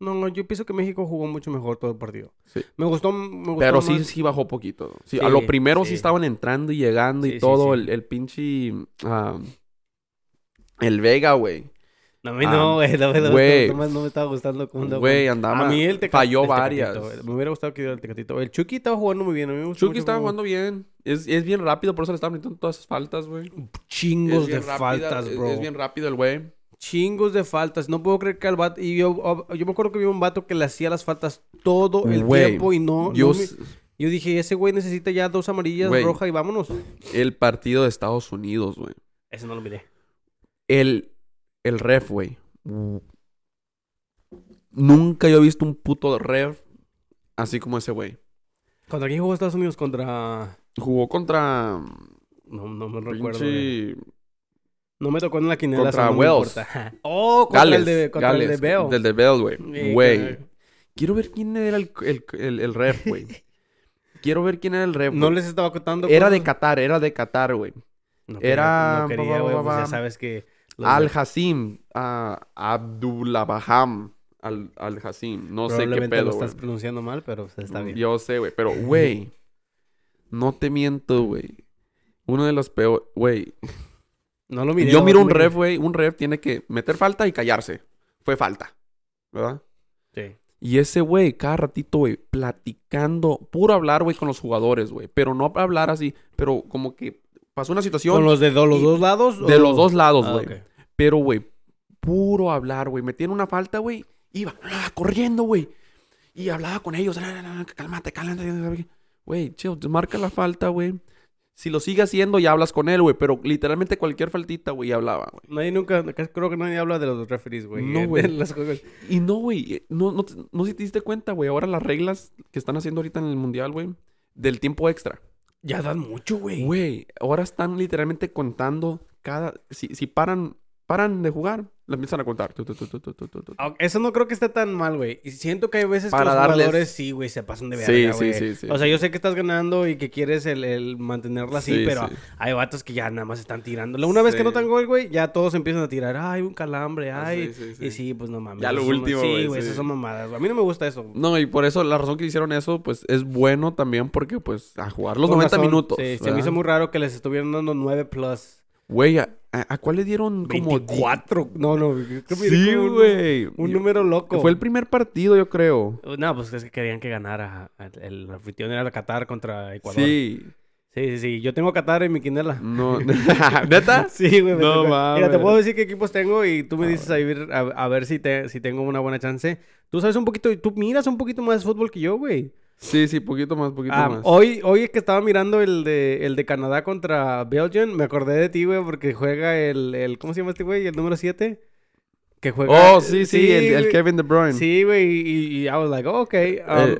no, no, yo pienso que México jugó mucho mejor todo el partido. Sí. Me gustó. Me gustó Pero sí, más. sí bajó poquito. ¿no? Sí, Sí, a lo primero sí. sí. estaban entrando y llegando Sí, sí, y todo. sí. El, el pinche. ah, el Vega, güey. No, a mí no, güey. La verdad, Ah, güey. no, no me estaba gustando. cómo andaba Güey, jugando. andaba. A mí el Teca- falló el varias. Tecatito, güey. Me hubiera gustado que diera el Tecatito. El Chucky estaba jugando muy bien. A mí me gustó Chucky mucho estaba cómo- jugando bien. Es, es bien rápido, por eso le estaban metiendo todas esas faltas, güey. chingos Es bien de rápida, faltas, es- bro. Es bien rápido el güey. Chingos de faltas. No puedo creer que al vato. Y yo, ob- yo me acuerdo que vi un vato que le hacía las faltas todo el Güey, tiempo y no. no yo me- s- yo dije, ese güey necesita ya dos amarillas, Güey. roja y vámonos. El partido de Estados Unidos, güey. Ese no lo miré. El, el ref, güey. Nunca yo he visto un puto ref así como ese güey. ¿Contra quién jugó Estados Unidos? Contra. Jugó contra. mm, No, no me recuerdo. güey. Pinche. No me tocó en la quinela. Contra so no me Wales. importa. oh, contra Gales. el de, contra el de Gales, Bell. Del de Bell, güey. Eh, Güey. caray. Quiero ver quién era el, el, el- el ref, güey. Quiero ver quién era el ref. No güey. les estaba contando. Era de cosas. Qatar, era de Qatar, güey. No era- quería- No quería, ba, ba, güey. ba, pues ya ba. sabes que. los de- Al Hasim. A Abdullabaham. Al, al Hasim. No sé qué Probablemente pedo, lo güey. estás pronunciando mal, pero pues, está bien. Yo sé, güey. Pero, güey. No te miento, güey. Uno de los peores. Güey. No lo miré. Yo no, miro no un miré. ref, güey. Un ref tiene que meter falta y callarse. Fue falta. ¿Verdad? Sí. Y ese güey, cada ratito, güey, platicando, puro hablar, güey, con los jugadores, güey. Pero no hablar así, pero como que pasó una ¿Con situación los de do- los y- dos lados? o- de los dos lados, Ah, güey. ok. Pero, güey, puro hablar, güey. Metían una falta, güey. Iba ah, corriendo, güey. Y hablaba con ellos. "Ah, ah, ah, cálmate, cálmate. Güey, chill, marca la falta, güey. Si lo sigue haciendo, ya hablas con él, güey. Pero literalmente cualquier faltita, güey, ya hablaba, güey. Nadie nunca, creo que nadie habla de los referees, güey. No, en- güey. en los juegos. Y no, güey, eh, no, no, te- no sé si te diste cuenta, güey. Ahora las reglas que están haciendo ahorita en el mundial, güey, del tiempo extra. Ya dan mucho, güey. Güey, ahora están literalmente contando cada... Si, si paran, paran de jugar, lo empiezan a contar. Tu, tu, tu, tu, tu, tu, tu, tu. Ah, Eso no creo que esté tan mal, güey. Y siento que hay veces que Para los darles- jugadores sí, güey, se pasan de Sí, verga, sí, güey. sí, sí. O sea, yo sé que estás ganando y que quieres el, el mantenerla así, Sí, pero sí. hay vatos que ya nada más están tirándola. Una vez que Sí. no tan gol, güey, ya todos empiezan a tirar. Ay, un calambre, Ah, ay. sí, sí, Y sí. sí, pues no mames. Ya lo eso no- último, Sí, güey, güey, sí. esas son mamadas. güey. A mí no me gusta eso. No, y por eso la razón que hicieron eso, pues es bueno también porque, pues, a jugar los Con 90 razón, minutos. Sí, se ¿verdad? me hizo muy raro que les estuvieran dando 9 plus. Güey, ¿a, a, a cuál le dieron como. di- 24. No, no. creo que miré Sí, como un- güey. Un, número loco. Fue el primer partido, yo creo. No, pues es que querían que ganara. El anfitrión era Qatar contra Ecuador. Sí. Sí. Sí, sí, Yo tengo a Qatar en mi quinela. No. ¿Neta? Sí, güey. me No tocó. Mira, te mames. puedo decir qué equipos tengo y tú me dices a ver, a, a ver si, te, si tengo una buena chance. Tú sabes un poquito, tú miras un poquito más fútbol que yo, güey. Sí, sí, poquito más, poquito Ah, más. hoy, hoy es que estaba mirando el de, el de Canadá contra Belgium, me acordé de ti, güey, porque juega el, el ¿cómo se llama este güey? El número 7. Que juega. Oh, sí, sí, el, el güey. Kevin De Bruyne. ah, Sí, güey, y, y I was like, oh, ok. um, Eh.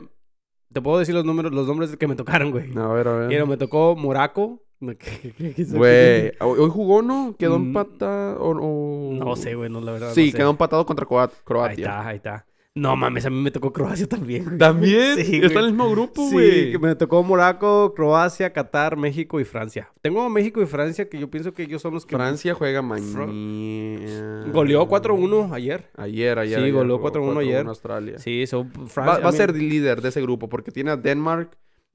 Te puedo decir los números, los nombres que me tocaron, güey. A ver, a Pero ver. me tocó Moraco. me- que- que- que- eh. Güey, hoy hoy jugó, ¿no? Quedó Mm. empatado. O, o- No sé, güey, no, la verdad. Sí, no sé. quedó empatado contra Croat- Ahí Croatia. está, ahí está. No mames, a mí me tocó Croacia también, güey. También Sí, está en güey. el mismo grupo, Sí, güey. que me tocó Moraco, Croacia, Qatar, México y Francia. Tengo a México y Francia que yo pienso que ellos son los que Francia juega Fro- mañana. pues, goleó 4-1 ayer. Ayer, ayer. Sí, ayer, goleó jugó 4-1 ayer. Australia. Sí, so, Francia. Va, va mira. a ser líder de ese grupo porque tiene a Denmark,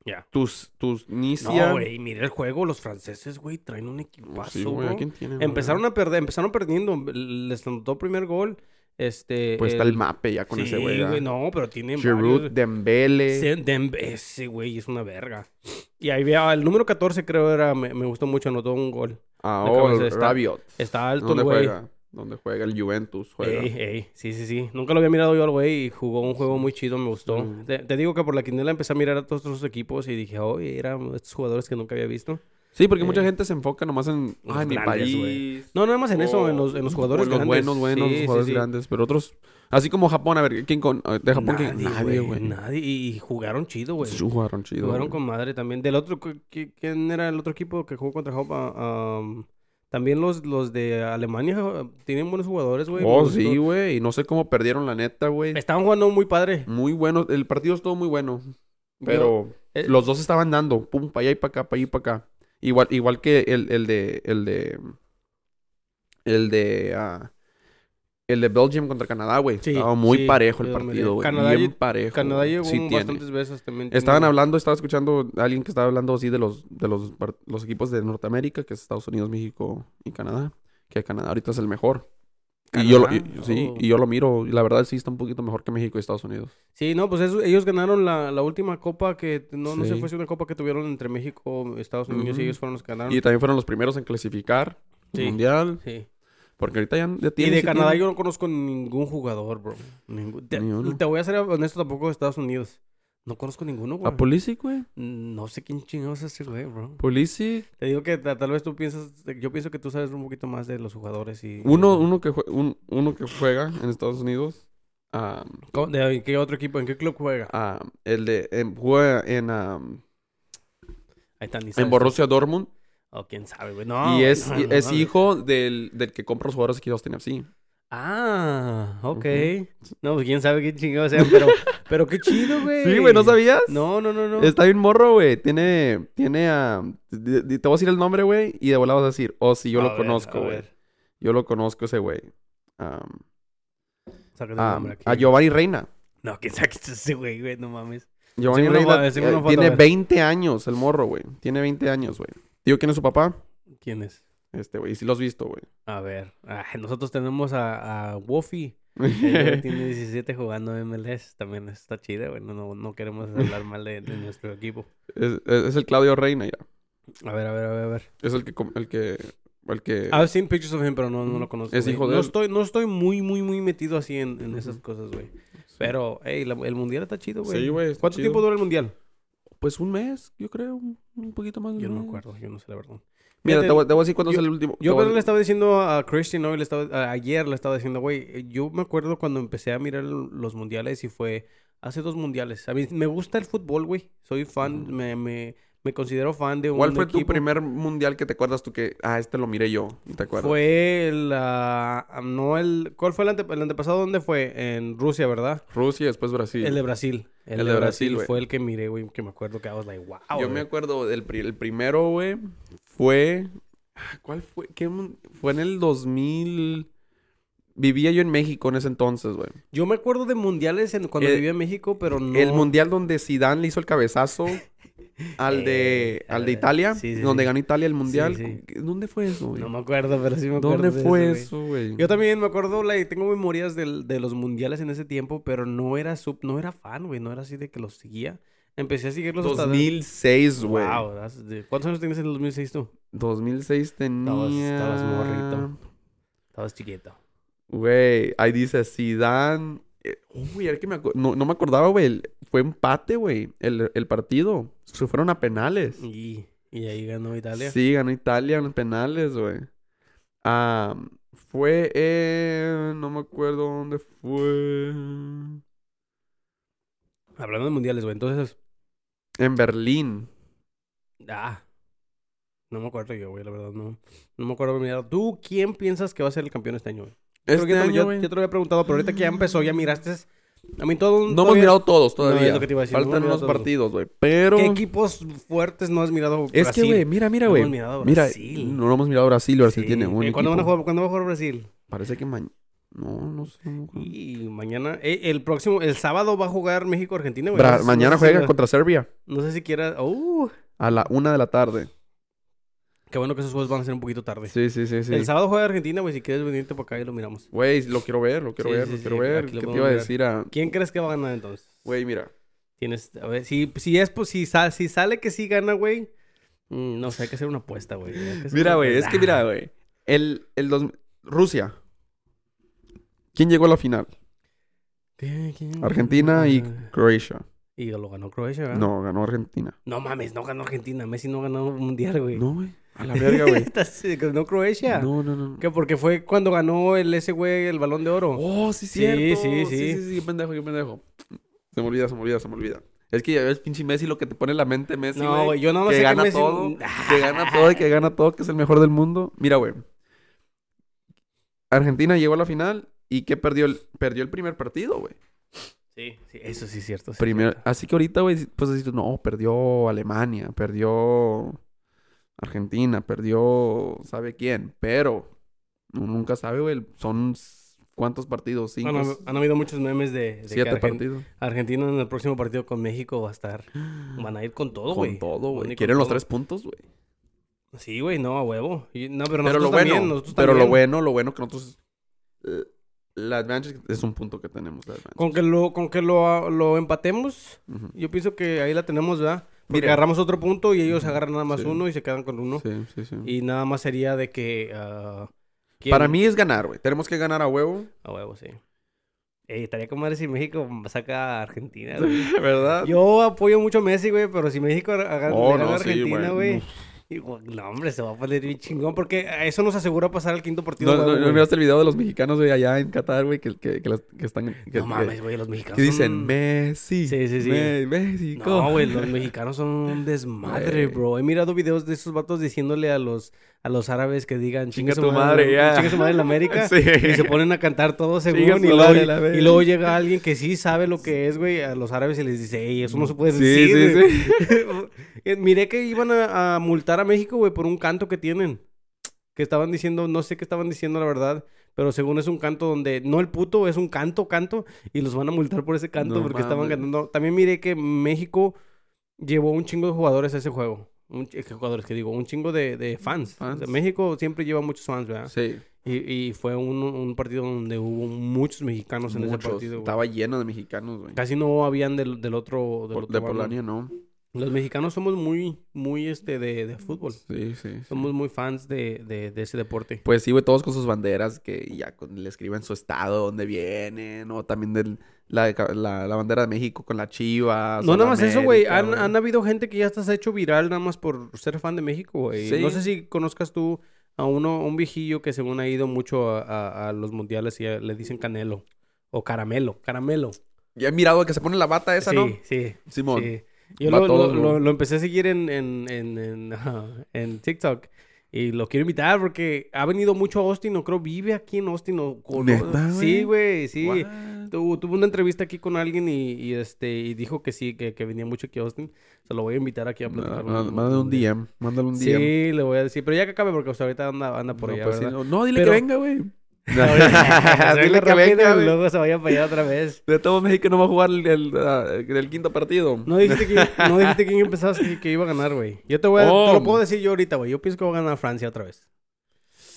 Ya. tus, tus Nicia. No, güey, mira el juego. Los franceses, güey, traen un equipazo, Sí, güey, ¿a bro. quién tiene, güey? Empezaron a perder, empezaron perdiendo. Les anotó primer gol. Este. Pues está el mape ya con sí, ese güey. ¿verdad? No, pero tienen Giroud, varios- Dembele. Se- Dem- Ese güey es una verga. Y ahí vea, el número 14 creo era, me, me gustó mucho, anotó un gol. Ah, de oh, cabeza está. Rabiot. Está alto el ¿Dónde güey. juega? ¿Dónde juega? El Juventus juega. Ey, ey, sí, sí, sí. Nunca lo había mirado yo al güey y jugó un juego muy chido, me gustó. Mm. Te, te digo que por la quinela empecé a mirar a todos los equipos y dije, oye, eran estos jugadores que nunca había visto. Sí, porque Eh. mucha gente se enfoca nomás en... Los Ah, en mi grandes, güey. país. No, nada más en eso, o- en los, en los jugadores o Oh, los grandes. buenos, buenos, Sí, los sí, jugadores sí. grandes. Pero otros... Así como Japón, a ver, ¿quién con...? eh, De Japón, ¿quién? Nadie, güey. Nadie. Y y jugaron chido, güey. Sí, Jugaron chido. Pues, Jugaron güey. con madre también. Del otro, cu- qui- ¿quién era el otro equipo que jugó contra Hopa? también los, los de Alemania uh, tienen buenos jugadores, güey. me Oh, gustó. sí, güey. Y no sé cómo perdieron, la neta, güey. Estaban jugando muy padre. Muy bueno. El partido estuvo muy bueno. Yo- Pero eh, los dos estaban dando. Pum, para allá y para acá, para allá y para acá. Igual, igual que el, el de... El de... El de... ah, el de Belgium contra Canadá, güey. Sí, Estaba muy sí, parejo el yo también. partido, güey. Canadá Bien lle- parejo. Canadá güey. llegó Sí tiene. bastantes veces también. Estaban tiene- hablando, estaba escuchando a alguien que estaba hablando así de los, de los, par- los equipos de Norteamérica, que es Estados Unidos, México y Canadá. Que Canadá ahorita es el mejor. Y yo, lo, Canadá, y- sí, oh. y yo lo miro. Y la verdad sí está un poquito mejor que México y Estados Unidos. Sí, no, pues eso- ellos ganaron la, la última copa que... No, no sé, Sí. fue si una copa que tuvieron entre México, Estados Unidos y Ujú. ellos fueron los que ganaron. Y también fueron los primeros en clasificar al Ah. Sí. mundial. Sí. Porque ahorita ya, ya Y tienen- de sí Canadá tienen- yo no conozco ningún jugador, bro. Ningún- Te, Ni uno. te voy a ser honesto tampoco de Estados Unidos. No conozco ninguno, güey. A Pulisic, güey. No sé quién chingados es ese güey, bro. Pulisic. Te digo que ta- tal vez tú piensas, yo pienso que tú sabes un poquito más de los jugadores y... Uno, uno, que jue- un- uno que juega en Estados Unidos. ah, ¿Cómo- de- ¿En qué otro equipo? ¿En qué club juega? ah, el de... en- juega en, ah, Ahí está, ni en sabes. Borussia Dortmund. O quién sabe, güey. No, y güey, es, no, y no es mames. hijo del, del que compra los jugadores aquí de Austin FC. Ah, ok. Ujú. No, pues quién sabe qué chingados sea, pero... pero qué chido, güey. Sí, güey, ¿no sabías? No, no, no, no. Está bien morro, güey. Tiene, tiene a... de- de- Te voy a decir el nombre, güey, y de volada vas a decir, oh, sí, yo A lo ver, conozco, a güey. ver. Yo lo conozco ese güey. Am, Sácate el am, nombre aquí. Ah, a Giovanni Reina. No, quién sabe qué es ese güey, güey. No mames. Giovanni Sígueme una Reina fo- sígueme eh, una foto, a tiene ver. 20 años, el morro, güey. Tiene 20 años, güey. Digo, ¿quién es su papá? ¿Quién es? Este, güey. Sí lo has visto, güey. A ver, ay, nosotros tenemos a, a Wofi. que tiene 17 jugando MLS. También está chida, güey. No, no, no queremos hablar mal de, de nuestro equipo. es, es- es el Claudio Reina, ya. A ver, a ver, a ver, a ver. Es el que... com- El que, el que... I've seen pictures of him, pero no, no lo conozco. Eh, Es güey. hijo de no él. estoy, no estoy muy, muy, muy metido así en, en esas Ujú. cosas, güey. Pero, hey, la- el mundial está chido, güey. Sí, güey. está ¿Cuánto chido. tiempo dura el mundial? Pues un mes, yo creo. Un un poquito más de un Yo no me mes. acuerdo, yo no sé la verdad. Mira, Fíjate, te voy, te voy a decir cuándo yo- es el último. te Yo voy a- apenas le estaba diciendo a Christian hoy, le estaba, a- ayer le estaba diciendo, güey, eh, yo me acuerdo cuando empecé a mirar l- los mundiales y fue hace dos mundiales. A mí me gusta el fútbol, güey. Soy fan, Ujú. me, me, me considero fan de un ¿Cuál fue tu equipo. primer mundial que te acuerdas tú que, ah, este lo miré yo? ¿Te acuerdas? Fue la... No el... ¿Cuál fue el, ante- el antepasado? ¿Dónde fue? En Rusia, ¿verdad? Rusia y después Brasil. El de Brasil. El, de Brasil, güey. fue el que miré, güey, que me acuerdo que I was like, wow. Yo me acuerdo del pri- el primero, güey, fue... ah, ¿Cuál fue? ¿Qué mun- Fue en el 2000... Vivía yo en México en ese entonces, güey. Yo me acuerdo de mundiales en, cuando El- vivía en México, pero no... Eh, El mundial donde Zidane le hizo el cabezazo al de, Eh, al de eh, Italia, sí, sí, donde sí. ganó Italia el mundial. sí. ¿Qué- ¿Dónde fue eso, güey? No me acuerdo, pero sí me acuerdo ¿Dónde de fue güey. eso, güey? Yo también me acuerdo, like, tengo memorias del- de los mundiales en ese tiempo, pero no era sub, no era fan, güey, no era así de que los seguía. Empecé a seguirlos hasta... 2006, güey. Wow, that's the- ¿cuántos años tienes en el 2006 tú? 2006 Estabas- tenía... estabas morrito. Estabas chiquito. Güey, ahí dice Zidane. eh, Uy, es que me acu- no, no me acordaba, güey. el- Fue empate, güey. El, el partido. Se fueron a penales. Y, y ahí ganó Italia. Sí, ganó Italia en los penales, güey. Ah, fue en... No me acuerdo dónde fue. Hablando de mundiales, güey, entonces... En Berlín. Ah. No me acuerdo yo, güey, la verdad, no. No me acuerdo. Mira, ¿tú quién piensas que va a ser el campeón este año, güey? Creo que Este te- año, yo, güey. yo te lo había preguntado, pero ahorita que ya empezó, ya miraste. A mí todo. No hemos todavía- mirado todos No, es todavía. lo que te iba a decir, no hemos Faltan mirado unos todos. partidos, güey. Pero... ¿Qué equipos fuertes no has mirado? Es que, Brasil? güey, mira, mira, No güey. hemos mirado a Mira, Brasil. no hemos mirado a Brasil. Brasil Sí. tiene un Eh, ¿Cuándo, van a equipo. jugar, ¿Cuándo va a jugar Brasil? Parece que mañana... No, no sé. no me acuerdo. Y mañana. eh, el próximo. El sábado va a jugar México-Argentina, güey. Bra- No sé- mañana no sé si juega la- contra Serbia No sé si quieras. ¡Uh! a la una de la tarde. Qué bueno que esos juegos van a ser un poquito tarde. Sí, sí, sí, sí. El sábado juega Argentina, güey. Si quieres venirte para acá y lo miramos. Güey, lo quiero ver, lo quiero Sí, ver, sí, lo sí, quiero aquí- ver. aquí lo ¿Qué te podemos iba a mirar. decir a... ¿Quién crees que va a ganar entonces? Güey, mira. Tienes, a ver, si, si es, pues, si, sa- si sale que sí gana, güey. mm, No sé, hay que hacer una apuesta, güey. hay que hacer Mira, una güey, es apuesta. Ah, que mira, güey. El, el dos- Rusia. ¿Quién llegó a la final? ¿Qué- quién- Argentina y Ah. Croacia. Y lo ganó Croacia, ¿verdad? No, ganó Argentina. No mames, no ganó Argentina. Messi no ganó un mundial, güey. No, güey. A la verga, güey. Estás- ganó Croacia. No, no, no. ¿Qué? Porque fue cuando ganó el ese güey el balón de oro. Oh, sí, Sí, cierto. sí, sí. sí, sí, qué pendejo, qué pendejo. Se me olvida, se me olvida, se me olvida. Es que ya ves, pinche Messi, lo que te pone en la mente Messi, no, güey, yo nada más que sé gana Messi- ah, todo, que gana todo y que gana todo, que es el mejor del mundo. Mira, güey. Argentina llegó a la final y que perdió el, perdió el primer partido, güey. Sí, sí, eso sí es cierto. sí es Primer- cierto. así que ahorita, güey, pues decir, no, perdió Alemania, perdió Argentina, perdió sabe quién, pero uno nunca sabe, güey, son s- cuántos partidos, cinco, Bueno, s- han habido muchos memes de, de que ah, siete Argen- partidos. Argentina en el próximo partido con México va a estar. Van a ir con todo, con güey. todo, Van a güey. ir Quieren con los todo. tres puntos, güey. Sí, güey, no, a huevo. Y- no, pero, Pero nosotros lo bueno, también, nosotros pero lo también. bueno, lo bueno que nosotros eh, la advantage es un punto que tenemos la advantage. Con que lo, con que lo, ah, lo empatemos, Ujú. yo pienso que ahí la tenemos, ¿verdad? Porque Mira. agarramos otro punto y ellos agarran nada más Sí. uno y se quedan con uno. Sí, sí, sí. Y nada más sería de que... ah, ¿quién? Para mí es ganar, güey. Tenemos que ganar a huevo, A huevo, sí. Ey, estaría como madre si México saca a Argentina, güey. ¿verdad? Yo apoyo mucho a Messi, güey, pero si México haga, Oh, le gana no, a sí, Argentina, güey. güey... y, güey, No, hombre, se va a poner bien chingón porque eso nos asegura pasar al quinto partido. No, a no, huevo, no güey. miraste el video de los mexicanos, güey, allá en Qatar, güey, que, que, que las- que están... Que, No que- mames, güey, los mexicanos que dicen, son- Messi, Sí, sí, sí. Me- México. No, güey, los mexicanos son un desmadre, Güey. bro. He mirado videos de esos vatos diciéndole a los, a los árabes que digan Chinga tu madre, ya". chinga su madre en la América. Sí. Y "Pues, se ponen a cantar todos según. Chinga Y su luego, madre, la y luego verga. llega alguien que sí sabe lo que es, güey, a los árabes y les dice, ey, eso no se puede Sí, decir. sí, sí. güey". Eh, Miré que iban a, a multar a México, güey, por un canto que tienen. Que estaban diciendo, no sé qué estaban diciendo, la verdad. Pero según es un canto donde, no el puto, es un canto, canto. Y los van a multar por ese canto No porque estaban mames. cantando. También miré que México llevó un chingo de jugadores a ese juego. Un, ch- eh, jugadores que digo, un chingo de, de fans. O sea, Fans. México siempre lleva muchos fans, ¿verdad? Sí, Y, y fue un, un partido donde hubo muchos mexicanos en ese muchos. partido. güey. Estaba lleno de mexicanos, güey. Casi no habían del, del otro. del Por- otro De bando. Polonia, no. Los mexicanos somos muy, muy este de, de fútbol. Sí, sí. sí. Somos muy fans de, de, de ese deporte. Pues sí, güey, todos con sus banderas que ya con- le escriben su estado, dónde vienen, o también del, la, de ca- la, la bandera de México con las chivas. No, o la nada más eso, güey. América, Han, han habido gente que ya estás hecho viral nada más por ser fan de México, güey. Sí. No sé si conozcas tú a uno, un viejillo que según ha ido mucho a, a- a los mundiales y a- le dicen Canelo. O Caramelo, Caramelo. Ya he mirado que se pone la bata esa, sí, ¿no? sí, Simón. sí. Yo Va lo, todo, lo- ¿no? lo- lo empecé a seguir en, en, en, en, ajá, en TikTok. Y lo quiero invitar porque ha venido mucho a Austin. No creo, vive aquí en Austin. o cono- ¿Neta, Sí, güey? güey, sí. What? Tuvo, tuvo una entrevista aquí con alguien y, y, este y dijo que sí, que, que venía mucho aquí a Austin. Se lo voy a invitar aquí a platicar. Ma- ma- Mándale un DM. Mándale un DM. Sí, le voy a decir. Pero ya que acabe porque hasta ahorita anda, anda por no, allá, pues sí, ¿verdad? no. No, dile Pero- que venga, güey. Ahorita- se dile venga que venga, rápido y güey. luego se vaya para allá otra vez. De todo México no va a jugar el, el, ah, el quinto partido. No dijiste, que, no dijiste quién empezabas que, que iba a ganar, güey. Yo te voy a... Oh. Te lo puedo decir yo ahorita, güey. Yo pienso que va a ganar Francia otra vez.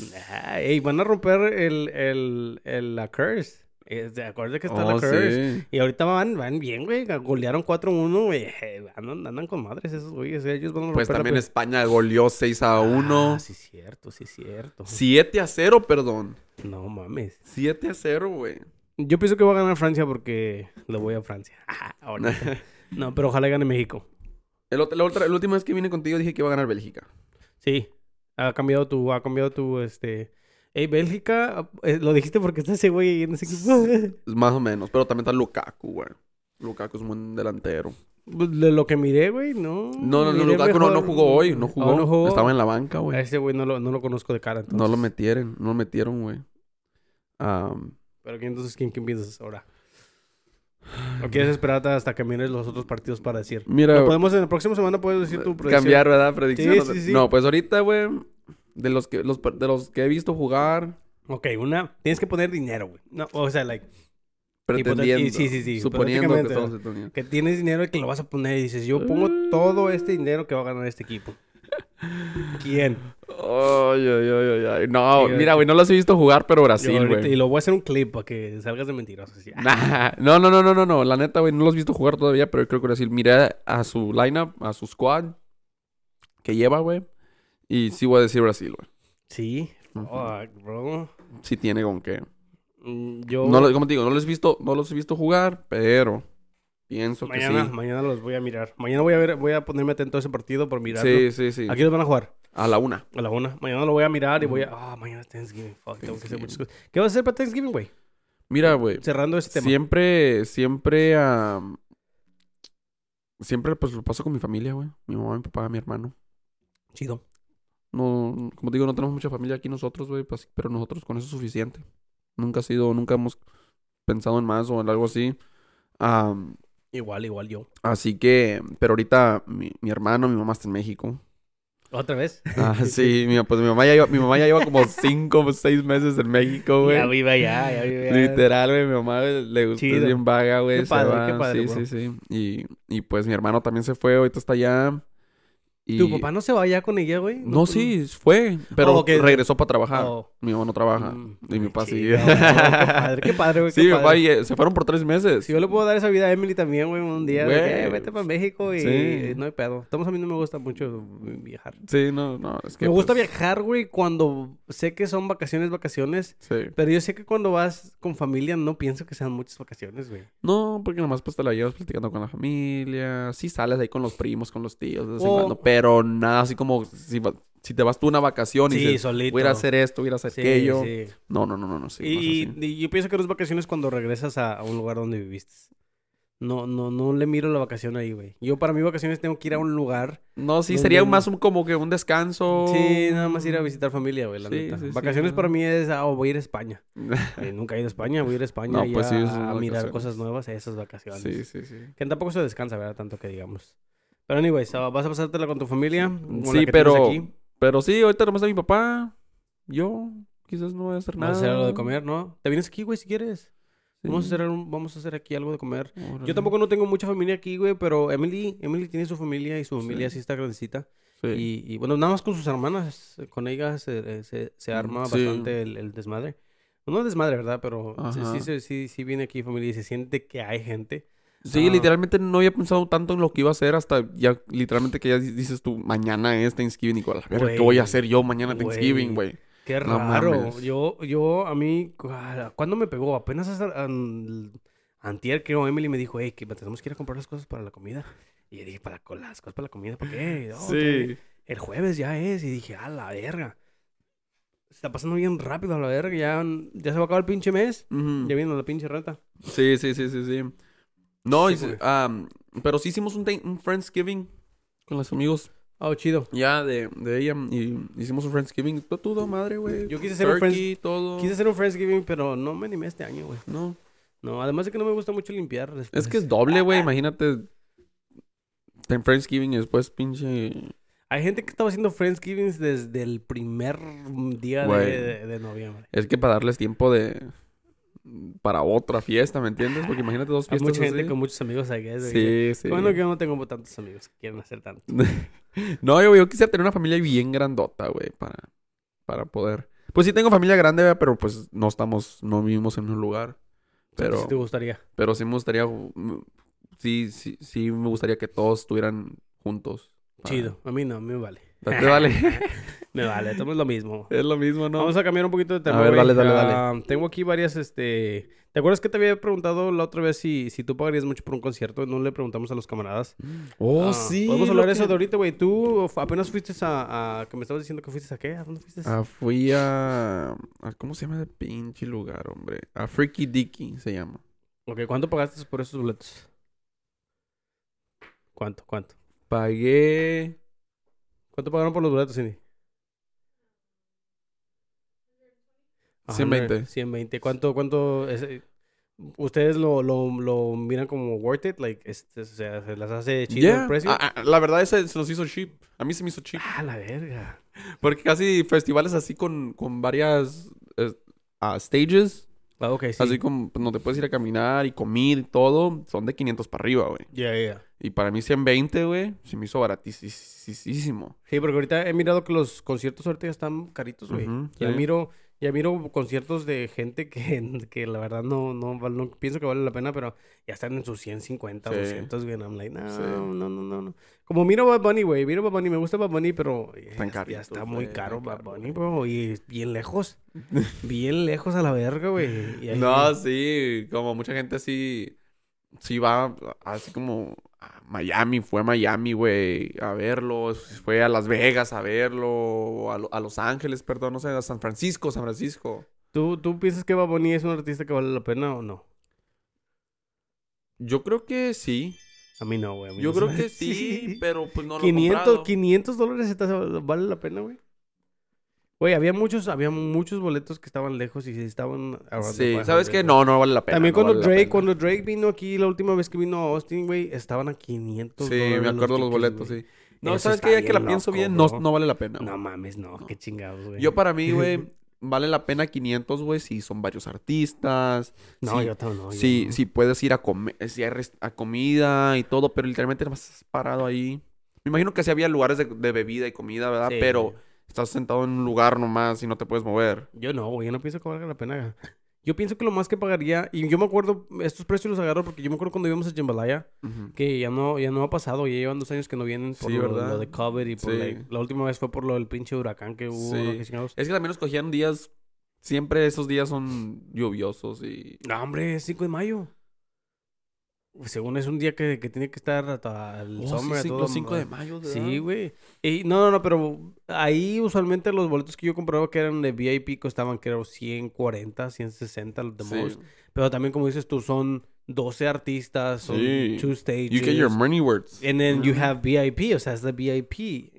Nah, Ah, ey, van a romper el, el, el- la curse. Eh, Acuérdate que está la Oh, curse. sí. Y ahorita van, van bien, güey. Golearon 4-1, güey. Eh, Andan, andan con madres esos güeyes. eh. Ellos van a romper Pues la también pe- España goleó 6 a 1. Ah, sí, cierto, sí, cierto. 7 a 0, perdón. No mames. 7 a 0, güey. Yo pienso que va a ganar Francia porque le voy a Francia. Ah, Ahorita. no, pero ojalá gane México. El ot- la, otra- la última vez que vine contigo dije que iba a ganar Bélgica. Sí. Ha cambiado tu, ha cambiado tu, este... Ey, Bélgica, eh, lo dijiste porque está ese güey en ese equipo. Es Más o menos. Pero también está Lukaku, güey. Lukaku es un buen delantero. Pues, De lo que miré, güey, no. No, no, no, miré Lukaku no, no mejor- jugó hoy. No Ah, jugó. no jugó. Estaba en la banca, güey. A ese güey no lo, no lo conozco de cara, entonces. No lo metieron. No lo metieron, güey. Ah, Pero ¿quién- entonces, ¿quién, quién piensas ahora? ¿O quieres esperar hasta que mires los otros partidos para decir? mira, Lo podemos en la próxima semana puedes decir tu predicción. cambiar, ¿verdad? Predicción. Sí, sí, sí. No, pues ahorita, güey. De los, que, los, de los que he visto jugar, Ok, una. Tienes que poner dinero, güey. No, o sea, like, pretendiendo, sí, sí, sí, suponiendo que hipotéticamente, estamos suponiendo. que tienes dinero y que lo vas a poner y dices, yo pongo todo este dinero que va a ganar este equipo. ¿Quién? Ay, ay, ay, ay, ay. No, Sí, mira, güey, no los he visto jugar, pero Yo Brasil, ahorita- y güey. lo voy a hacer un clip para que salgas de mentiroso. así. ah. Nah, No, no, no, no, no, no. La neta, güey, no los he visto jugar todavía, pero creo que Brasil miré a su lineup, a su squad que lleva, güey. Y sí voy a decir Brasil, güey. Sí. Ujú. Fuck, bro. Sí tiene con qué. Mm, Yo No, lo- como te digo, no los he visto, no los he visto jugar, pero pienso mañana, que mañana los voy a mirar. Mañana voy a ver, voy a ponerme atento a ese partido por mirarlo. sí. Sí, sí, sí. ¿A quién los van a jugar? A la una. A la una. Mañana lo voy a mirar y voy a. Ah, mañana es Thanksgiving. Fuck, tengo que hacer muchas cosas. ¿Qué vas a hacer para Thanksgiving, güey? Mira, güey. Cerrando ese este tema. Siempre, siempre, am, siempre pues lo paso con mi familia, güey. Mi mamá, mi papá, mi hermano. Chido. No, como te digo, no tenemos mucha familia aquí nosotros, güey, pues, pero nosotros con eso es suficiente. Nunca ha sido, nunca hemos pensado en más o en algo así. Am, Igual, igual yo. así que, pero ahorita mi, mi hermano, mi mamá está en México. ¿Otra vez? Ah, sí, mi, pues mi mamá ya lleva, mi mamá ya lleva como cinco o seis meses en México, güey. Ya vive allá, ya vive allá. Literal, güey, mi mamá güey, le gusta es Chido. bien vaga, güey. Qué se padre, va, qué padre, Sí, bro. sí, sí. Y, y pues mi hermano también se fue, ahorita está allá. Y... ¿Tu papá no se va allá con ella, güey? No, sí, fue, pero Oh, ok. regresó para trabajar. Oh. Mi mamá no trabaja. Mm. Y mi papá sí. Chido, güey. Qué padre, qué padre, güey. Sí, qué mi papá padre. y, eh, se fueron por tres meses. Si yo le puedo dar esa vida a Emily también, güey, un día. de que, Güey. "Eh, vete para México y Sí. no hay pedo. Estamos a mí no me gusta mucho viajar. Sí, no, no, es que. Me gusta pues, viajar, güey, cuando sé que son vacaciones, vacaciones. Sí. Pero yo sé que cuando vas con familia no pienso que sean muchas vacaciones, güey. No, porque nomás pues te la llevas platicando con la familia. Sí sales ahí con los primos, con los tíos, de vez en Oh. cuando. Pero nada, así como si, va- si te vas tú a una vacación y Sí, dices, solito. voy a ir a hacer esto, voy a ir a hacer aquello. sí. No, no, no, no, no, sí. no es y, así. y- y yo pienso que no es vacaciones cuando regresas a, a un lugar donde viviste. No, no, no le miro la vacación ahí, güey. Yo para mí vacaciones tengo que ir a un lugar. No, sí, No, sería no, no. más un, como que un descanso. Sí, nada más ir a visitar familia, güey, la Sí, neta. sí, sí, vacaciones no. para mí es, ah, oh, voy a ir a España. Eh, nunca he ido a España, voy a ir a España No, y pues a, sí, esas son a mirar vacaciones. cosas nuevas, esas vacaciones. sí, sí, sí. Que tampoco se descansa, ¿verdad? Tanto que digamos. Pero anyways, so, vas a pasártela con tu familia. con la Sí, que pero- tienes aquí. Pero sí, ahorita nomás está mi papá. Yo, quizás no voy a hacer nada. Vamos a hacer algo de comer, ¿no? Te vienes aquí, güey, si quieres. Ah. Sí. Vamos, a hacer un- vamos a hacer aquí algo de comer. Órale. Yo tampoco no tengo mucha familia aquí, güey, pero Emily, Emily tiene su familia y su familia sí, está grandecita. Sí. Y, y, bueno, nada más con sus hermanas, eh, con ellas se, eh, se- se arma Mm, sí. bastante el, el desmadre. No es desmadre, ¿verdad? Pero sí, sí, Ajá. se- sí, sí viene aquí familia y se siente que hay gente. Sí, Ah. literalmente no había pensado tanto en lo que iba a hacer hasta ya, literalmente que ya di- dices tú, mañana es Thanksgiving y cual, a ver, Güey. ¿qué voy a hacer yo mañana Güey. Thanksgiving, güey? Qué No raro. mames. Yo, yo, a mí, cu- ah, ¿cuándo me pegó? Apenas hace, an- Antier, creo, Emily me dijo, hey, que tenemos que ir a comprar las cosas para la comida. Y yo dije, para co- las cosas para la comida, ¿para qué? Oh, que sí. El jueves ya es. Y dije, a la verga. Se está pasando bien rápido a la verga. Ya, ya se va a acabar el pinche mes. Ujú. Ya viene la pinche renta. Sí, sí, sí, sí, sí. No, Sí, y se- güey. am, pero sí hicimos un, thank- un Friendsgiving con los amigos Oh, chido. ya de, de ella y hicimos un Friendsgiving. Todo, todo madre, güey. Yo quise hacer un Turkey, friends- todo. Quise hacer un Friendsgiving, pero no me animé este año, güey. No, No, además de que no me gusta mucho limpiar. este, es después. que es doble, ah. güey. Imagínate en Friendsgiving y después pinche... Hay gente que estaba haciendo Friendsgivings desde el primer día de, Güey. de- de noviembre. Es que para darles tiempo de... Para otra fiesta, ¿me entiendes? Porque imagínate dos Hay fiestas mucha gente así. con muchos amigos, I guess. de Sí, sí. que, Bueno, que yo no tengo tantos amigos que quieren hacer tanto. No, yo, yo quisiera tener una familia bien grandota, güey, para, para poder. Pues sí tengo familia grande, ¿verdad? pero pues no estamos, no vivimos en un lugar. Pero... Pero, Si te gustaría. pero sí me gustaría, mm, sí, sí, sí me gustaría que todos estuvieran juntos. para- Chido. A mí no, a mí me vale. ¿Te vale? Me vale, estamos lo mismo. es lo mismo, ¿no? Vamos a cambiar un poquito de tema. A ver, güey. dale, dale, dale. Ah, tengo aquí varias, este... ¿Te acuerdas que te había preguntado la otra vez si, si tú pagarías mucho por un concierto? No le preguntamos a los camaradas. Oh, Ah, sí. Podemos hablar de eso de loco. ahorita, güey. Tú fu- apenas fuiste a, a- Que me estabas diciendo que fuiste a qué? ¿A dónde fuiste? Ah, fui a, a- ¿Cómo se llama el pinche lugar, hombre? A Freaky Dicky se llama. Ok, ¿cuánto pagaste por esos boletos? ¿Cuánto? ¿Cuánto? Pagué... ¿Cuánto pagaron por los boletos, Cindy? 120. 120. ¿Cuánto, cuánto? es, eh, ¿Ustedes lo, lo, lo miran como worth it? Like, este, o sea, ¿se las hace chido Yeah. el precio? Ah, ah, la verdad, ese se nos hizo cheap. A mí se me hizo cheap. Ah, la verga. Porque casi festivales así con, con varias eh, ah, stages, Ah, ok, sí. así como donde puedes ir a caminar y comer y todo, son de 500 para arriba, güey. Ya, ya, ya. Y para mí 120, güey, se me hizo baratísimo. Sí, porque ahorita he mirado que los conciertos ahorita ya están caritos, güey. Ujú, Ya sí. miro, ya miro conciertos de gente que, que la verdad no, no, val- no pienso que vale la pena, pero ya están en sus 150, Sí. 200, güey. and I'm like, no, Sí. no, no, no, no. Como miro Bad Bunny, güey, miro Bad Bunny, me gusta Bad Bunny, pero eh, Están ya- ya caritos, está güey, muy están caro Bad caros, Bunny, güey. bro, y bien lejos, bien lejos a la verga, güey. y ahí- No, sí, como mucha gente así, sí va así como a Miami, fue a Miami, güey, a verlo, fue a Las Vegas a verlo, a, Lo- a Los Ángeles, perdón, no sé, a San Francisco, San Francisco. ¿Tú, ¿Tú piensas que Bad Bunny es un artista que vale la pena o no? Yo creo que sí. A mí no, güey. a mí Yo no se creo me- que sí, pero pues no lo 500, he 500 dólares está- vale la pena, güey. Güey, había muchos, había muchos boletos que estaban lejos y estaban... around the Sí, 500, ¿sabes qué? güey. No, no vale la pena. También no cuando, vale la Drake, pena. cuando Drake vino aquí, la última vez que vino a Austin, güey, estaban a 500 dólares. Sí, me acuerdo los boletos, sí. No, Eso ¿sabes está qué? Ya que bien la pienso loco, bien, bro. no, no vale la pena. No güey. mames, no, qué chingados, güey. Yo para mí, güey, vale la pena 500, güey, si son varios artistas. No, si, yo también no. yo si, no. si puedes ir a, comer, si hay rest- a comida y todo, pero literalmente nomás parado ahí. Me imagino que sí había lugares de, de bebida y comida, ¿verdad? Sí, pero güey. estás sentado en un lugar nomás y no te puedes mover. Yo no, güey, yo no pienso que valga la pena. Yo pienso que lo más que pagaría, y yo me acuerdo, estos precios los agarro porque yo me acuerdo cuando íbamos a Jambalaya, Ujú. Que ya no, ya no ha pasado, ya llevan dos años que no vienen por Sí, lo, ¿verdad? lo de COVID y por Sí. like, la última vez fue por lo del pinche huracán que hubo. ¿no? Sí. Que chingados. Es que también nos cogían días. Siempre esos días son lluviosos y. No, hombre, es 5 de mayo. Pues, Según es un día que, que tiene que estar hasta el sombra, todo. Oh, los 5 de ma- mayo, Sí, güey. Y no, no, no, pero ahí usualmente los boletos que yo compraba que eran de VIP costaban creo 140, 160 los de most. Pero también como dices tú son 12 artistas, son Sí. two stages. You get your money words. And then you Ujú. have VIP, o sea, es la VIP. Y,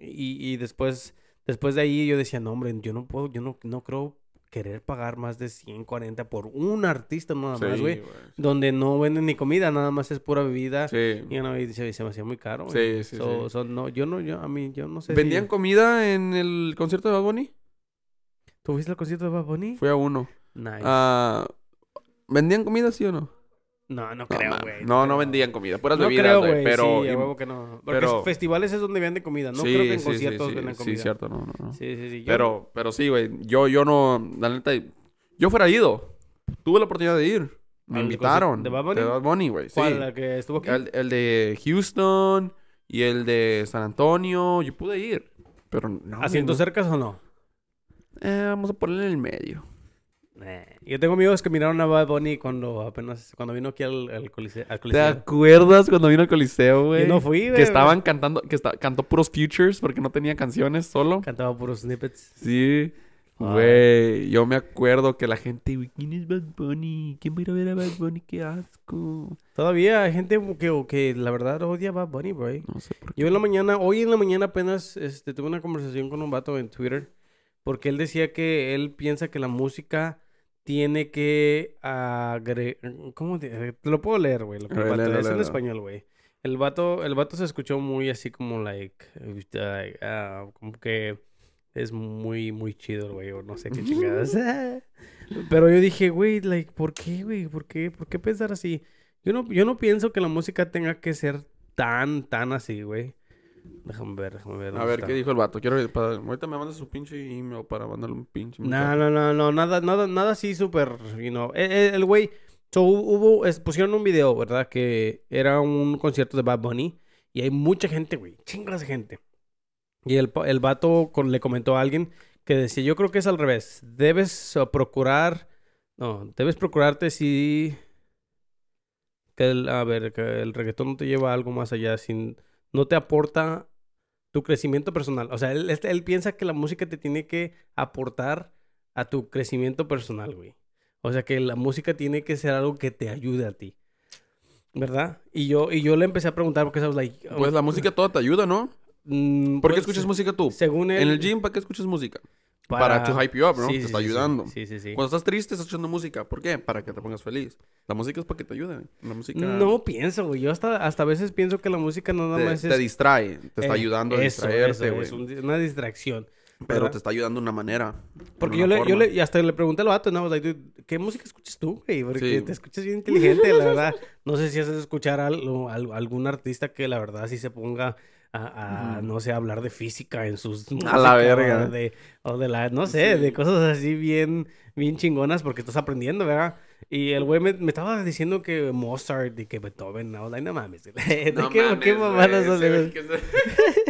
y después, después de ahí yo decía, no, hombre, yo no puedo, yo no, no creo querer pagar más de 140 por un artista nada más, Sí, güey. Donde no venden ni comida, nada más es pura bebida. Sí. Y, you know, y se, se me hacía muy caro, güey. Sí, sí, So- sí. so, no, yo no, yo, a mí, yo no sé. ¿Vendían si- comida en el concierto de Bad Bunny? ¿Tú fuiste al concierto de Bad Bunny? Fui a uno. Nice. Ah, ¿Vendían comida, sí o no? no, no No, creo, man, güey. no, no creo. vendían comida. Puras No bebidas, creo, güey, güey. Pero. sí, a y- huevos que no. Porque pero- es- festivales es donde venden comida. No sí, creo que en sí, sí, conciertos sí, vendan sí, comida. cierto, no, no, no. Sí, sí, sí. Yo- Pero, pero sí, güey. Yo, yo no. La neta, yo fuera ido. Tuve la oportunidad de ir. Me ¿Al de invitaron. conci- de Bad Bunny? De Bad Bunny, güey. Sí. ¿Cuál? ¿La que estuvo aquí? El, el de Houston y el de San Antonio. Yo pude Ah, ir. Pero no. güey, ¿Asientos no. cercas o no? Eh, vamos a ponerle en el medio. Yo tengo amigos que miraron a Bad Bunny cuando apenas, cuando vino aquí al, al coliseo. al ¿Te coliseo. acuerdas cuando vino al Coliseo, güey? Yo no fui, güey. Que estaban cantando, que esta- cantó puros futures porque no tenía canciones solo. Cantaba puros snippets. Sí. Ah. Güey, yo me acuerdo que la gente, güey, ¿quién es Bad Bunny? ¿Quién va a ir a ver a Bad Bunny? ¡Qué asco! Todavía hay gente que, que la verdad odia a Bad Bunny, bro. No sé por qué. Yo en la mañana, hoy en la mañana apenas este, tuve una conversación con un vato en Twitter porque él decía que él piensa que la música tiene que agregar... ¿Cómo te, te lo puedo leer, güey? lo que el A ver, vato- léelo, es en léelo. español, güey. El vato, el vato se escuchó muy así como like... eh, like, ah, como que es muy, muy chido el güey o no sé qué chingadas. Pero yo dije, güey, like, ¿por qué, güey? ¿Por qué? ¿Por qué pensar así? Yo no, yo no pienso que la música tenga que ser tan, tan así, güey. Déjame ver, déjame ver. A ver, ¿qué dijo el vato? Quiero ver, para- ahorita me mandas su pinche email para mandarle un pinche No, mensaje. no, no, no, nada, nada, nada así súper, you know. El, el- el güey, so, hu- hubo, es- pusieron un video, ¿verdad? Que era un concierto de Bad Bunny y hay mucha gente, güey, chingas de gente. Y el, pa- el vato con- le comentó a alguien que decía, yo creo que es al revés, debes uh, procurar, no, debes procurarte si, que el, a ver, que el reggaetón no te lleva a algo más allá, sin, no te aporta tu crecimiento personal. O sea, él, él- él piensa que la música te tiene que aportar a tu crecimiento personal, güey. O sea, que la música tiene que ser algo que te ayude a ti. ¿Verdad? Y yo, y yo le empecé a preguntar porque sabes, like, oh, Pues la música toda te ayuda, ¿no? mm, ¿Por qué pues, escuchas música tú? Según él, En el gym, ¿para qué escuchas música? Para to hype you up, ¿no? Sí, Te sí, está sí, sí. ayudando. Sí, sí, sí. Cuando estás triste, estás escuchando música. ¿Por qué? Para que te pongas feliz. La música es para que te ayude. La música No pienso, güey. Yo hasta, hasta a veces pienso que la música no nada te, más te es... distrae. Te está eh, ayudando a eso, distraerte, eso, güey. Es un- una distracción. Pero ¿verdad? te está ayudando de una manera. Porque de yo una le, yo forma. le- y hasta le pregunté al vato, ¿no? I was like, dude, ¿qué música escuchas tú, güey? Porque Sí. te escuchas bien inteligente, la verdad. No sé si haces escuchar algo, al- algún artista que la verdad sí se ponga a, a, no sé, a hablar de física en sus... A música, la verga. O de, o de la, no sé, de cosas así bien, bien chingonas porque estás aprendiendo, ¿verdad? Y el güey me, me estaba diciendo que Mozart y que Beethoven, no, like, no mames. ¿De qué, No qué mames, mamadas güey, son ese güey esas? que se-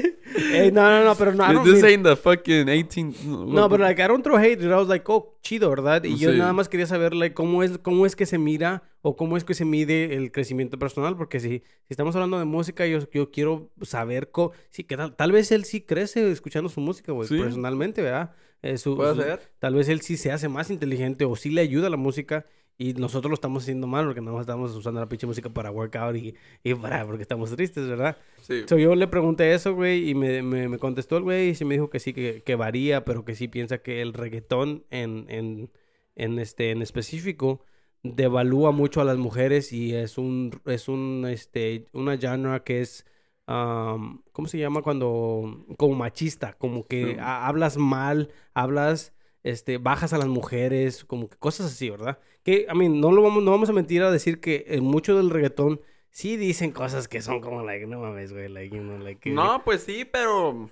Ey, no, no, no, pero no, I don't This mean- ain't the fucking 18... no, pero like, I don't throw hate, dude. I was like, oh, chido, ¿verdad? Y yo Pues, Sí. nada más quería saber, like, cómo es, cómo es que se mira o cómo es que se mide el crecimiento personal, porque si, si estamos hablando de música, yo, yo quiero saber, co- sí, que tal, tal vez él sí crece escuchando su música, güey, Sí. personalmente, ¿verdad? Eh, su- ¿Puede su- ser? Tal vez él sí se hace más inteligente o sí le ayuda a la música y nosotros lo estamos haciendo mal porque nada más estamos usando la pinche música para workout y, y para, porque estamos tristes, ¿verdad? Sí. So, yo le pregunté eso, güey, y me, me- me contestó el güey y se me dijo que sí, que, que varía, pero que sí piensa que el reggaetón en, en, en, este, en específico devalúa mucho a las mujeres y es un, es un, este, una genre que es, um, ¿cómo se llama? Cuando, como machista, como que Sí. ha- hablas mal, hablas, este, bajas a las mujeres, como que cosas así, ¿verdad? Que, a mí, no lo vamos, no vamos a mentir a decir que eh, mucho del reggaetón sí dicen cosas que son como, like, no mames, güey, like, you know, like, que- No, pues sí, pero...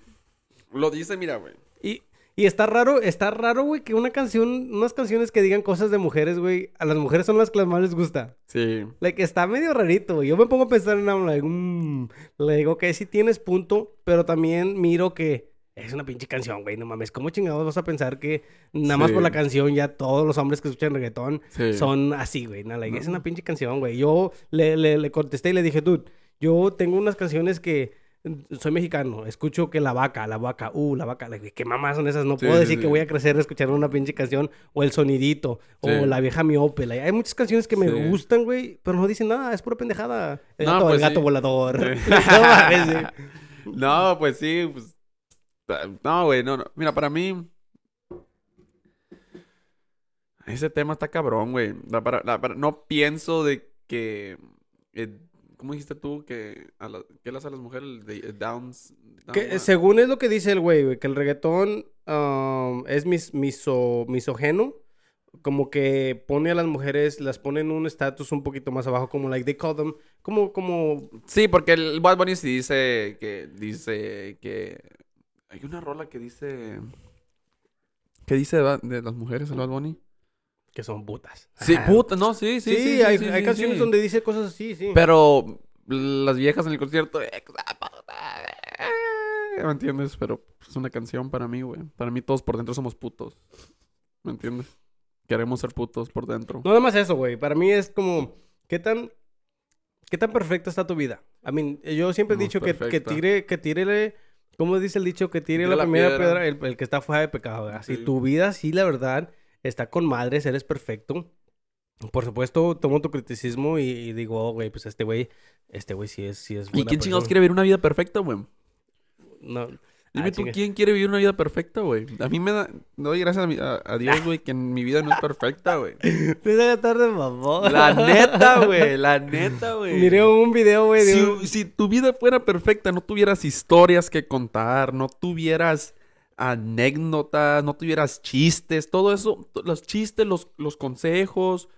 Lo dice, mira, güey. Y, y está raro, está raro, güey, que una canción, unas canciones que digan cosas de mujeres, güey, a las mujeres son las que las más les gusta. Sí. Like, está medio rarito, güey. Yo me pongo a pensar en algo, like, mm, le digo que sí tienes punto, pero también miro que es una pinche canción, güey, no mames. ¿Cómo chingados vas a pensar que nada más Sí. por la canción ya todos los hombres que escuchan reggaetón Sí. son así, güey? No, like, es una pinche canción, güey. Yo le, le, le contesté y le dije, dude, yo tengo unas canciones que mm, soy mexicano, escucho que la vaca, la vaca, uh, la vaca, like, qué mamás son esas, no Sí, puedo sí, decir que sí. voy a crecer escuchando una pinche canción o el sonidito o Sí. la vieja miope, like, hay muchas canciones que me Sí. gustan gustan, güey, pero no dicen nada, es pura pendejada. El No, gato, el pues gato sí. volador. No mames, güey. No, pues sí, pues... ah, No, güey, no, no. Mira, para mí... Ese tema está cabrón, güey. La para- la para- No pienso de que... eh, ¿Cómo dijiste tú? Que a la- ¿Qué le hace a las mujeres? El de- el downs... down Que, what? según es lo que dice el güey, güey, que el reggaetón um, es mis, miso, misógeno, como que pone a las mujeres, las pone en un estatus un poquito más abajo, como like they call them, como, como, Sí, porque el Bad Bunny sí dice que... Dice que... Hay una rola que dice... ¿Qué dice de, Bad- de las mujeres el Bad Bunny? que son putas. Sí, Ajá. puta, no, sí, sí, Sí, sí. sí, hay, sí, hay sí, canciones sí. donde dice cosas así, sí. Pero las viejas en el concierto. eh, ¿Me entiendes? Pero es una canción para mí, güey. Para mí todos por dentro somos putos. ¿Me entiendes? Queremos ser putos por dentro. No, nada más eso, güey. Para mí es como, ¿qué tan, qué tan perfecta está tu vida? I mean, eh, yo siempre he No es dicho que, que perfecta. tire, que tírele, ¿cómo dice el dicho? Que tire Tira la, la primera piedra. piedra, el, el que está fuera de pecado, ¿verdad? Si Sí. tu vida, sí, la verdad, está con madres, eres perfecto. Por supuesto, tomo tu criticismo y, y digo, oh, güey, pues este güey, este güey sí es, sí es ¿Y buena quién chingados persona. quiere vivir una vida perfecta, güey? No. Dime Ah, tú, chinga. ¿quién quiere vivir una vida perfecta, güey? A mí me da... Doy gracias a, mi- a- a Dios, güey, que mi vida no es perfecta, güey. Te hagas tarde, mamón. La neta, güey. La neta, güey. Miré un video, güey, de un- si, si tu vida fuera perfecta, no tuvieras historias que contar, no tuvieras anécdotas, no tuvieras chistes, todo eso, to- los chistes, los, los consejos,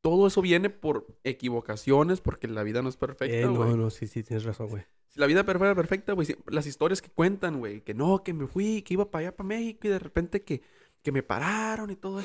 todo eso viene por equivocaciones, porque la vida no es Eh, perfecta, güey. no, no, sí, sí, tienes razón, güey. Si la vida per- fuera perfecta, güey, si- las historias que cuentan, güey, que no, que me fui, que iba para allá, para México, y de repente que, que me pararon y todo.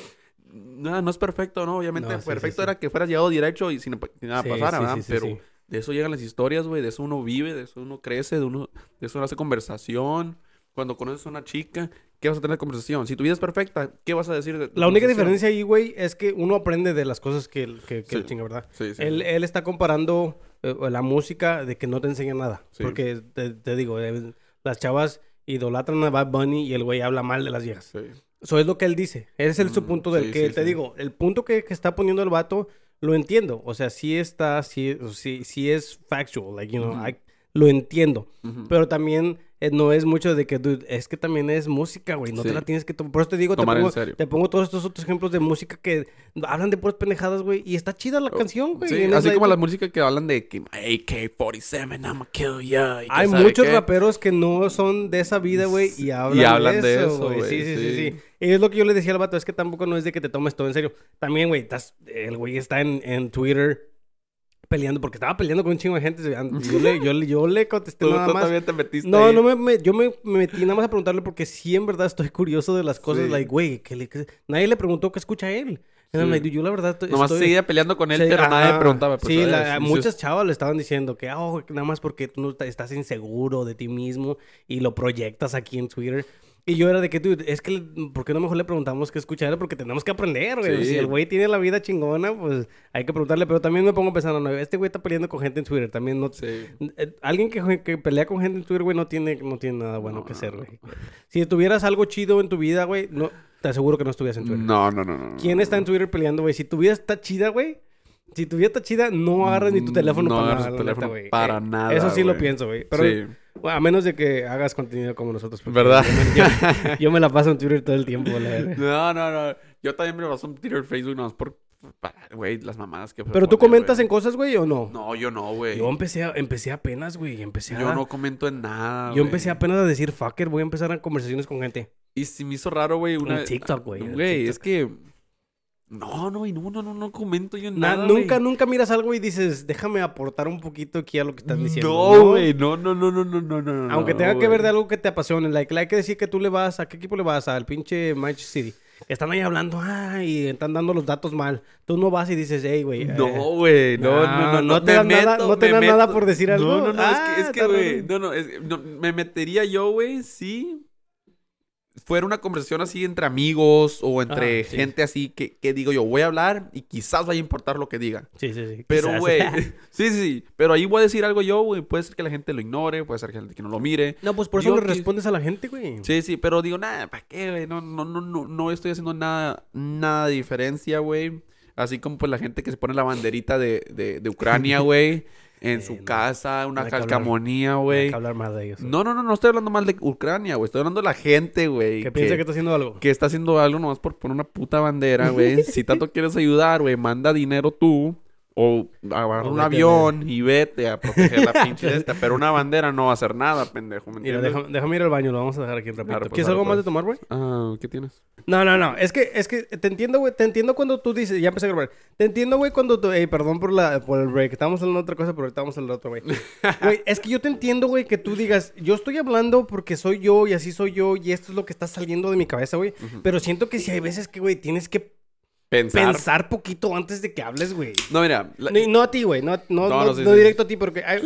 Nada, no es perfecto, ¿no? Obviamente, No, sí, sí, perfecto sí. era que fueras llegado derecho y sin, sin nada Sí, pasara, sí, ¿verdad? sí, sí, Pero sí. de eso llegan las historias, güey. De eso uno vive, de eso uno crece, de, uno, de eso uno hace conversación. Cuando conoces a una chica, ¿qué vas a tener de conversación? Si tu vida es perfecta, ¿qué vas a decir de tu La única conversación? diferencia ahí, güey, es que uno aprende de las cosas que, el- que, que el Sí. chinga, ¿verdad? Sí, sí. Él, él está comparando eh, la música de que no te enseña nada. Sí. Porque te, te digo, eh, las chavas idolatran a Bad Bunny y el güey habla mal de las viejas. Sí. Eso es lo que él dice. Ese es el, su Mm, punto del sí, que sí, te sí. digo. El punto que, que está poniendo el vato, lo entiendo. O sea, sí está, sí, sí, sí es factual. Like, you know, Ujú. I- lo entiendo. Ujú. Pero también eh, no es mucho de que, dude, es que también es música, güey. No te Sí. la tienes que tomar. Por eso te digo, te Tomar en pongo, serio. te pongo todos estos otros ejemplos de música que hablan de puras pendejadas, güey. Y está chida la canción, güey. Oh, Sí, And it's así like- como la música que hablan de que AK-47, I'ma kill ya. Hay muchos raperos que no son de esa vida, güey, y hablan, hablan de de eso, eso, güey. Sí, sí, güey, sí, sí. sí. Y es lo que yo le decía al vato, es que tampoco no es de que te tomes todo en serio. También, güey, estás, el güey está en, en Twitter peleando, porque estaba peleando con un chingo de gente. Yo le, yo le, yo le contesté Tú, nada tú más. también te metiste No, ahí. no me, me- yo me, me metí nada más a preguntarle porque sí, en verdad, estoy curioso de las cosas. Sí. Like, güey, que le- que- nadie le preguntó qué escucha él. And I'm Sí. like, dude, yo la verdad estoy- Nomás estoy- seguía peleando con él, Sí, pero nadie ajá. preguntaba. pues, Sí, ¿sabes? la- Entonces, muchas chavas le estaban diciendo que, "Ah, oh, nada más porque tú no te- estás inseguro de ti mismo y lo proyectas aquí en Twitter. Y yo era de que, dude, es que, ¿por qué no mejor le preguntamos qué escucha él? Porque tenemos que aprender, güey. Sí. Si el güey tiene la vida chingona, pues hay que preguntarle. Pero también me pongo pensando, no, este güey está peleando con gente en Twitter. También no... Sí. eh, Alguien que, que pelea con gente en Twitter, güey, no tiene, no tiene nada bueno No, que no, hacer, no. güey. Si tuvieras algo chido en tu vida, güey, no, te aseguro que no estuvieras en Twitter. No, no, no, no, no. ¿Quién está en Twitter peleando, güey? Si tu vida está chida, güey. Si tu vida está chida, no agarras ni tu Mm, teléfono no para agarras nada, tu la neta, teléfono güey. para Eh, nada, Eso sí lo güey. pienso, güey. Pero Sí. bueno, a menos de que hagas contenido como nosotros. porque ¿Verdad? Yo, me- yo- yo me la paso en Twitter todo el tiempo, la verdad. No, no, no. Yo también me paso en Twitter, Facebook, nomás por... para- Güey, las mamadas que... Pero tú comentas en cosas, güey, o no? No, yo no, güey. Yo Yo, empecé, a- empecé apenas, güey. Empecé a... Yo, no comento en nada, yo güey. empecé apenas a decir, fucker, voy a empezar a conversaciones con gente. Y si me hizo raro, güey, una... En TikTok, güey. en Güey, es TikTok. que... No, no, y no, no, no, no comento yo en Na- nada, nunca, güey. nunca miras algo y dices, déjame aportar un poquito aquí a lo que estás diciendo. No, güey, no, no, no, no, no, no, no. no, Aunque tenga que güey. ver de algo que te apasione, like, like, hay que decir que tú le vas, ¿a qué equipo le vas? Al pinche Manchester City. Están ahí hablando, ah, y están dando los datos mal. Tú no vas y dices, hey, güey. eh, No, güey, no, no, no, no te me dan nada- no te me dan nada por decir algo. No, no, no, Ah, es que, es está que, güey, raro. no, no, es- no, me metería yo, güey, si fuera una conversación así entre amigos o entre Ah, sí. gente así que, que digo yo, voy a hablar y quizás vaya a importar lo que diga. Sí, sí, sí. Pero, quizás. güey, sí, sí, sí, pero ahí voy a decir algo yo, güey, puede ser que la gente lo ignore, puede ser que la gente que no lo mire. no, pues por eso yo le quis- respondes a la gente, güey. Sí, sí, pero digo, nada, ¿para qué, güey? No, no, no, no, no estoy haciendo nada, nada de diferencia, güey. Así como pues la gente que se pone la banderita de, de, de Ucrania, güey, en Eh, su no. casa, una No hay que hablar. calcamonía, Hay güey. que hablar más de ellos. No, no, no, no estoy hablando mal de Ucrania, güey. Estoy hablando de la gente, güey. que piensa que está haciendo algo. que está haciendo algo nomás por poner una puta bandera, güey. si tanto quieres ayudar, güey, manda dinero tú. O agarra O un vete, avión y vete a proteger la pinche de esta. Pero una bandera no va a hacer nada, pendejo, ¿me Mira, entiendes? déjame, déjame ir al baño, lo vamos a dejar aquí un ratito. Claro, pues, ¿Quieres claro, algo más pues. de tomar, güey? Ah, ¿qué tienes? No, no, no. Es que, es que te entiendo, güey. Te entiendo cuando tú dices, ya empecé a grabar. Te entiendo, güey, cuando tú, Ey, perdón por la, por el break. Estábamos hablando de otra cosa, pero ahorita vamos a hablar de otra, güey. Güey, es que yo te entiendo, güey, que tú digas, yo estoy hablando porque soy yo y así soy yo y esto es lo que está saliendo de mi cabeza, güey. Pero siento que si hay veces que, güey, tienes que Pensar. pensar poquito antes de que hables, güey. No, mira. la- No, no a ti, güey. No, no, No, no, no, sí, no sí. directo a ti, porque hay-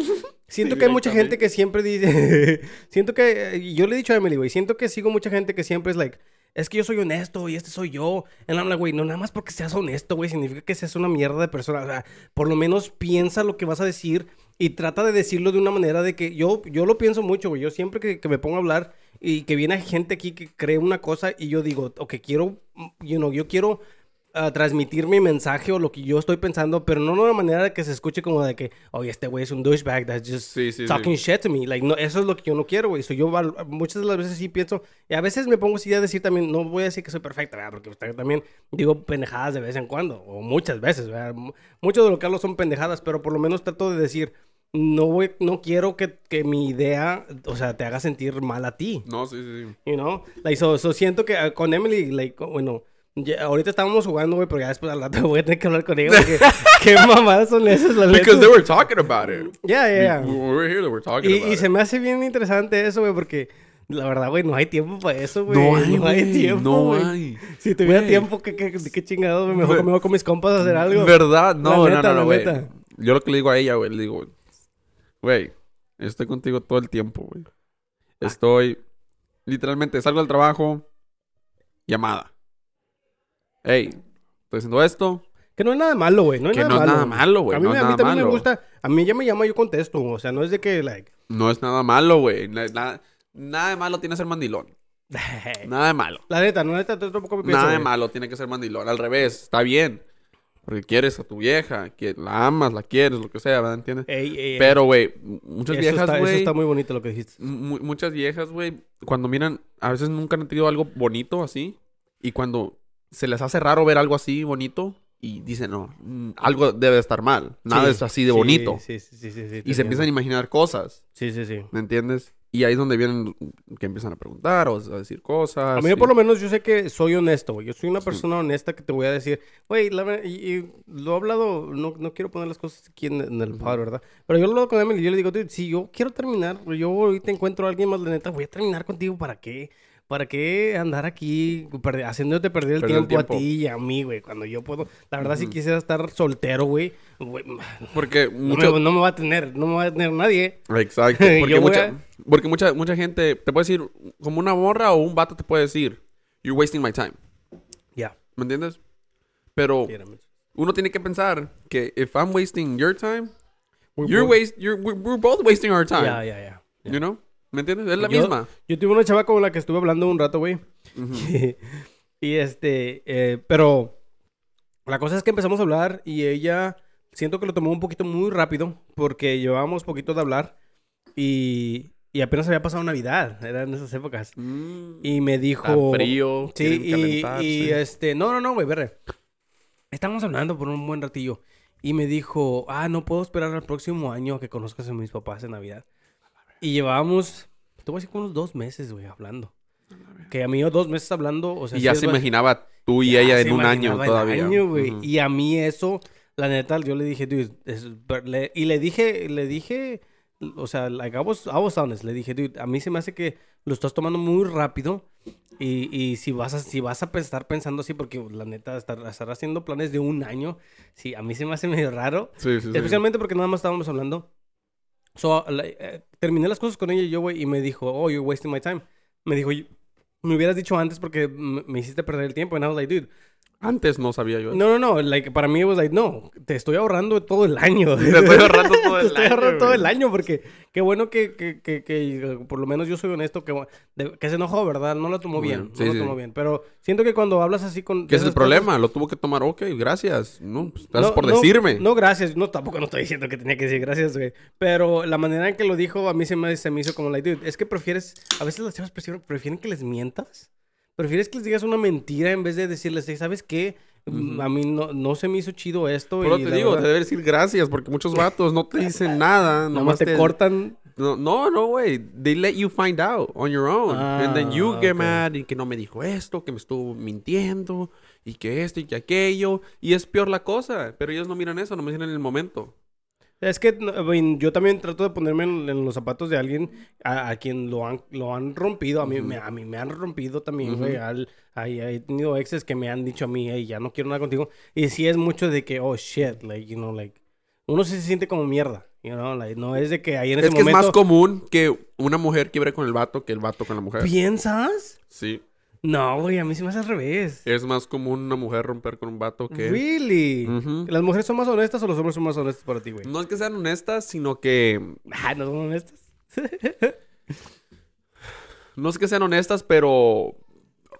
siento que hay mucha Directo gente a mí. que siempre dice. siento que. eh, Yo le he dicho a Emily, güey. Siento que sigo mucha gente que siempre es like. es que yo soy honesto y este soy yo. En la güey, no, nada más porque seas honesto, güey, significa que seas una mierda de persona. O sea, por lo menos piensa lo que vas a decir y trata de decirlo de una manera de que yo, yo lo pienso mucho, güey. Yo siempre que, que me pongo a hablar y que viene gente aquí que cree una cosa y yo digo, ok, quiero, you know, yo quiero a transmitir mi mensaje o lo que yo estoy pensando, pero no de una manera que se escuche como de que, oye, este güey es un douchebag that's just Sí, sí, talking shit to me. Like, no, eso es lo que yo no quiero, güey. So, yo val- muchas de las veces sí pienso, y a veces me pongo así a decir también, no voy a decir que soy perfecta, ¿verdad? Porque usted también digo pendejadas de vez en cuando, o muchas veces, ¿verdad? Mu- Mucho de lo que hablo son pendejadas, pero por lo menos trato de decir, no, voy, no quiero que, que mi idea, o sea, te haga sentir mal a ti. No, sí, sí, sí. You know? Like, so, so siento que ah, con Emily, like, co- bueno, ya- ahorita estábamos jugando, güey, pero ya después al rato voy a tener que hablar con ella porque qué mamadas son esas, la Because they neta. were talking about it. Yeah, yeah, yeah. We, we were here, they were talking Y, about y it. se me hace bien interesante eso, güey, porque la verdad, güey, no hay tiempo para eso, güey. güey, tiempo, No güey. hay. Si tuviera Güey. tiempo, qué, qué, qué chingado, güey. Mejor Ver- me voy con mis compas a hacer algo. ¿Verdad? No, neta, no, no, la no, güey. neta. Yo lo que le digo a ella, güey, le digo, güey, estoy contigo todo el tiempo, güey. Ah. Estoy, literalmente, salgo del trabajo, llamada. Hey, estoy haciendo esto, Que no es nada malo, güey. No es que nada no es malo. nada malo, güey. a mí, No me- es a mí nada también me malo. gusta. A mí ya me llama, yo contesto. O sea, no es de que, like. No es nada malo, güey. Na- na- Nada de malo tiene ser mandilón. Nada de malo. la neta, no, la neta, yo tampoco me pienso. Nada de güey. malo tiene que ser mandilón. Al revés, está bien. Porque quieres a tu vieja, que la amas, la quieres, lo que sea, ¿verdad? ¿Entiendes? Ey, ey, ey. Pero, güey, m- muchas Eh, Eso viejas, está- Eso güey. está muy bonito lo que dijiste. mu- muchas viejas, güey, cuando miran, a veces nunca han tenido algo bonito así. Y cuando se les hace raro ver algo así bonito, y dicen, no, mm, algo debe estar mal. Nada Sí, es así de sí, bonito. Sí, sí, sí, sí, sí, te y se entiendo. empiezan a imaginar cosas, Sí, sí, sí. ¿me entiendes? Y ahí es donde vienen, que empiezan a preguntar o a decir cosas. A mí y- por lo menos yo sé que soy honesto, güey. Yo soy una persona honesta que te voy a decir, güey, la ver- y, y lo he hablado, no, no quiero poner las cosas aquí en, en el par, ¿verdad? Pero yo lo hablo con Emily y yo le digo, dude, si yo quiero terminar, yo ahorita encuentro a alguien más, la neta, voy a terminar contigo, ¿para qué? ¿Para qué andar aquí perdi- haciéndote perder el, Perder el tiempo, a tiempo. ti y a mí, güey? Cuando yo puedo, la verdad, si quisiera estar soltero, güey, güey, no, Porque me- mucho- no me va a tener, no me va a tener nadie. Exacto. Yo Porque, voy mucha, a- porque mucha, mucha gente te puede decir, como una morra o un vato te puede decir, you're wasting my time. Ya, ¿Me entiendes? Pero quiérame. uno tiene que pensar que if I'm wasting your time, We're you're both- waste, you're, we're, we're both wasting our time. Ya, ya, ya. You know? ¿Me entiendes? Es la Yo- misma. Yo tuve una chava con la que estuve hablando un rato, güey. y este, eh, pero la cosa es que empezamos a hablar y ella siento que lo tomó un poquito muy rápido porque llevábamos poquito de hablar y, y apenas había pasado Navidad, eran esas épocas. Mm, Y me está dijo... frío, Sí, quieren y, calentarse. y, este, no, no, no, güey, verre. Estábamos hablando por un buen ratillo y me dijo, ah, no puedo esperar al próximo año que conozcas a mis papás en Navidad. Y llevábamos, te voy a decir, como unos dos meses, güey, hablando. Que a mí yo dos meses hablando, o sea... Y sí ya es se ba- imaginaba tú y ya ella se en un año imaginaba el todavía. año, güey. Ujú. Y a mí eso, la neta, yo le dije, dude, es- per- le- y le dije, le dije, o sea, like, I was, I was honest. le dije, dude, a mí se me hace que lo estás tomando muy rápido y, y si vas a, si vas a estar pensando así, porque la neta, estar, estar haciendo planes de un año, sí, a mí se me hace medio raro. Sí, sí, sí. Especialmente porque nada más estábamos hablando. So, la- eh, terminé las cosas con ella y yo, güey, y me dijo, oh, you're wasting my time. Me dijo, "Y- me hubieras dicho antes porque m- me hiciste perder el tiempo. And I was like, dude, Antes no sabía yo. no, no, no. Like, para mí, it was like, no, te estoy ahorrando todo el año. Te estoy ahorrando todo Te el estoy año, ahorrando todo güey. el año porque qué bueno que, que, que, que, eh, por lo menos yo soy honesto, que, de- que se enojó, ¿verdad? No lo tomó Muy bien, bien. no Sí, lo sí. tomó bien. Pero siento que cuando hablas así con... ¿Qué es esas el cosas- problema? Lo tuvo que tomar. Ok, gracias. No, pues, gracias no, por no, decirme. No, gracias. No, tampoco no estoy diciendo que tenía que decir gracias, güey. Pero la manera en que lo dijo a mí se me, se me hizo como like, dude, es que prefieres... A veces las chavas prefieren, prefieren que les mientas. Prefieres que les digas una mentira en vez de decirles, "Hey, ¿sabes qué? Mm, A mí no, no se me hizo chido esto. Pero y te la digo, verdad- te debe decir gracias porque muchos vatos no te dicen nada. Nomás te cortan. cortan. No, no, no, güey. They let you find out on your own. And then you Ah, get ok. mad y que no me dijo esto, que me estuvo mintiendo y que esto y que aquello. Y es peor la cosa. Pero ellos no miran eso, no me miran en el momento. Es que no, I mean, yo también trato de ponerme en, en los zapatos de alguien a, a quien lo han, lo han rompido. A mí, me, a mí me han rompido también, güey. Al- ahí- ahí He tenido exes que me han dicho a mí, hey, ya no quiero nada contigo. Y sí es mucho de que, oh, shit, like, you know, like... Uno sí se siente como mierda, you know, like, no es de que ahí en Es ese que es momento... más común que una mujer quiebre con el vato que el vato con la mujer. ¿Piensas? Sí. No, güey, a mí se me hace al revés. Es más común una mujer romper con un vato que... Really? Ujú. Mm. ¿Las mujeres son más honestas o los hombres son más honestos para ti, güey? No es que sean honestas, sino que... Ah, no son honestas. No es que sean honestas, pero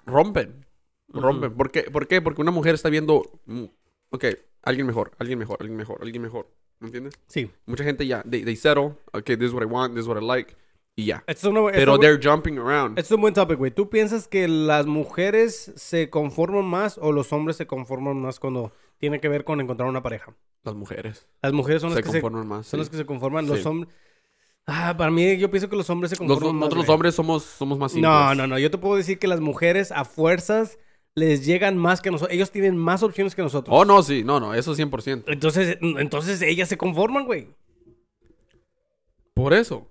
rompen. Rompen. ¿Por, qué? ¿Por qué? Porque una mujer está viendo... mm, Ok, alguien mejor, alguien mejor, alguien mejor, alguien mejor. ¿Me entiendes? Sí. Mucha gente ya, they, they settle. Okay, this is what I want, this is what I like. Y ya. Esto es, una, esto es Pero un- they're jumping around. esto Este es un buen topic, güey. ¿Tú piensas que las mujeres se conforman más o los hombres se conforman más cuando tiene que ver con encontrar una pareja? Las mujeres Las mujeres son las se que se, conforman más. son sí. las que se conforman. Sí. Los hombres... Ah, para mí yo pienso que los hombres se Nos- conforman más, nosotros los güey. hombres somos, somos más simples. No, no, no. Yo te puedo decir que las mujeres a fuerzas les llegan más que nosotros. Ellos tienen más opciones que nosotros. Oh, no, sí, no, no, eso 100%. Entonces, entonces ellas se conforman, güey. Por eso.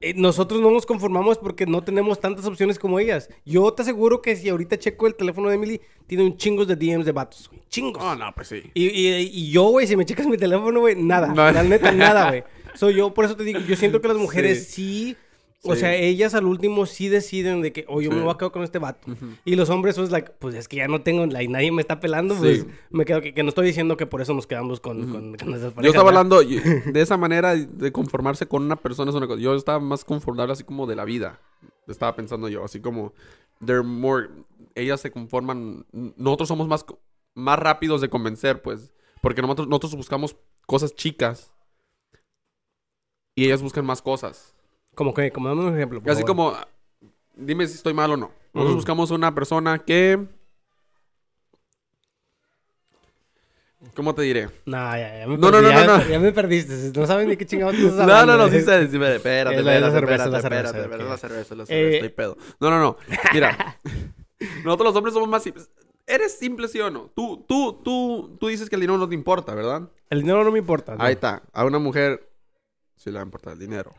Eh, Nosotros no nos conformamos porque no tenemos tantas opciones como ellas. Yo te aseguro que si ahorita checo el teléfono de Emily, tiene un chingos de DMs de vatos, güey. Chingos. Oh, no, pues sí. Y, y- y yo, güey, si me checas mi teléfono, güey, nada. No. La neta, nada, güey. So, yo por eso te digo, yo siento que las mujeres sí. O Sí. sea, ellas al último sí deciden de que, o yo me Sí. voy a quedar con este vato. Y los hombres, pues, like, pues es que ya no tengo, like, nadie me está pelando, pues Sí. me quedo que, que no estoy diciendo que por eso nos quedamos con, con, con nuestras Yo parejas, estaba ¿verdad? hablando y- de esa manera de conformarse con una persona es una cosa. Yo estaba más confortable así como de la vida. Estaba pensando yo, así como they're more ellas se conforman, nosotros somos más co- más rápidos de convencer, pues, porque nosotros nosotros buscamos cosas chicas y ellas buscan más cosas. Como que, como dame un ejemplo. por Así favor. como dime si estoy mal o no. Nosotros Ujú. buscamos una persona que ¿Cómo te diré? No, ya, ya me No, no, perdí, no, no, ya- no. Ya me perdiste. No saben ni qué chingados estás No, no, hablando, no, güey. sí se sí, espérate, espérate, Es la- es la espérate, cerveza, es la espérate, cerveza, espérate, ok. la cerveza, la cerveza, Eh, estoy pedo. No, no, no, mira, nosotros los hombres somos más simples. ¿Eres simple sí o no? Tú, tú, tú, tú dices que el dinero no te importa, ¿verdad? El dinero no me importa. ¿no? Ahí está, a una mujer sí le va a importar el dinero.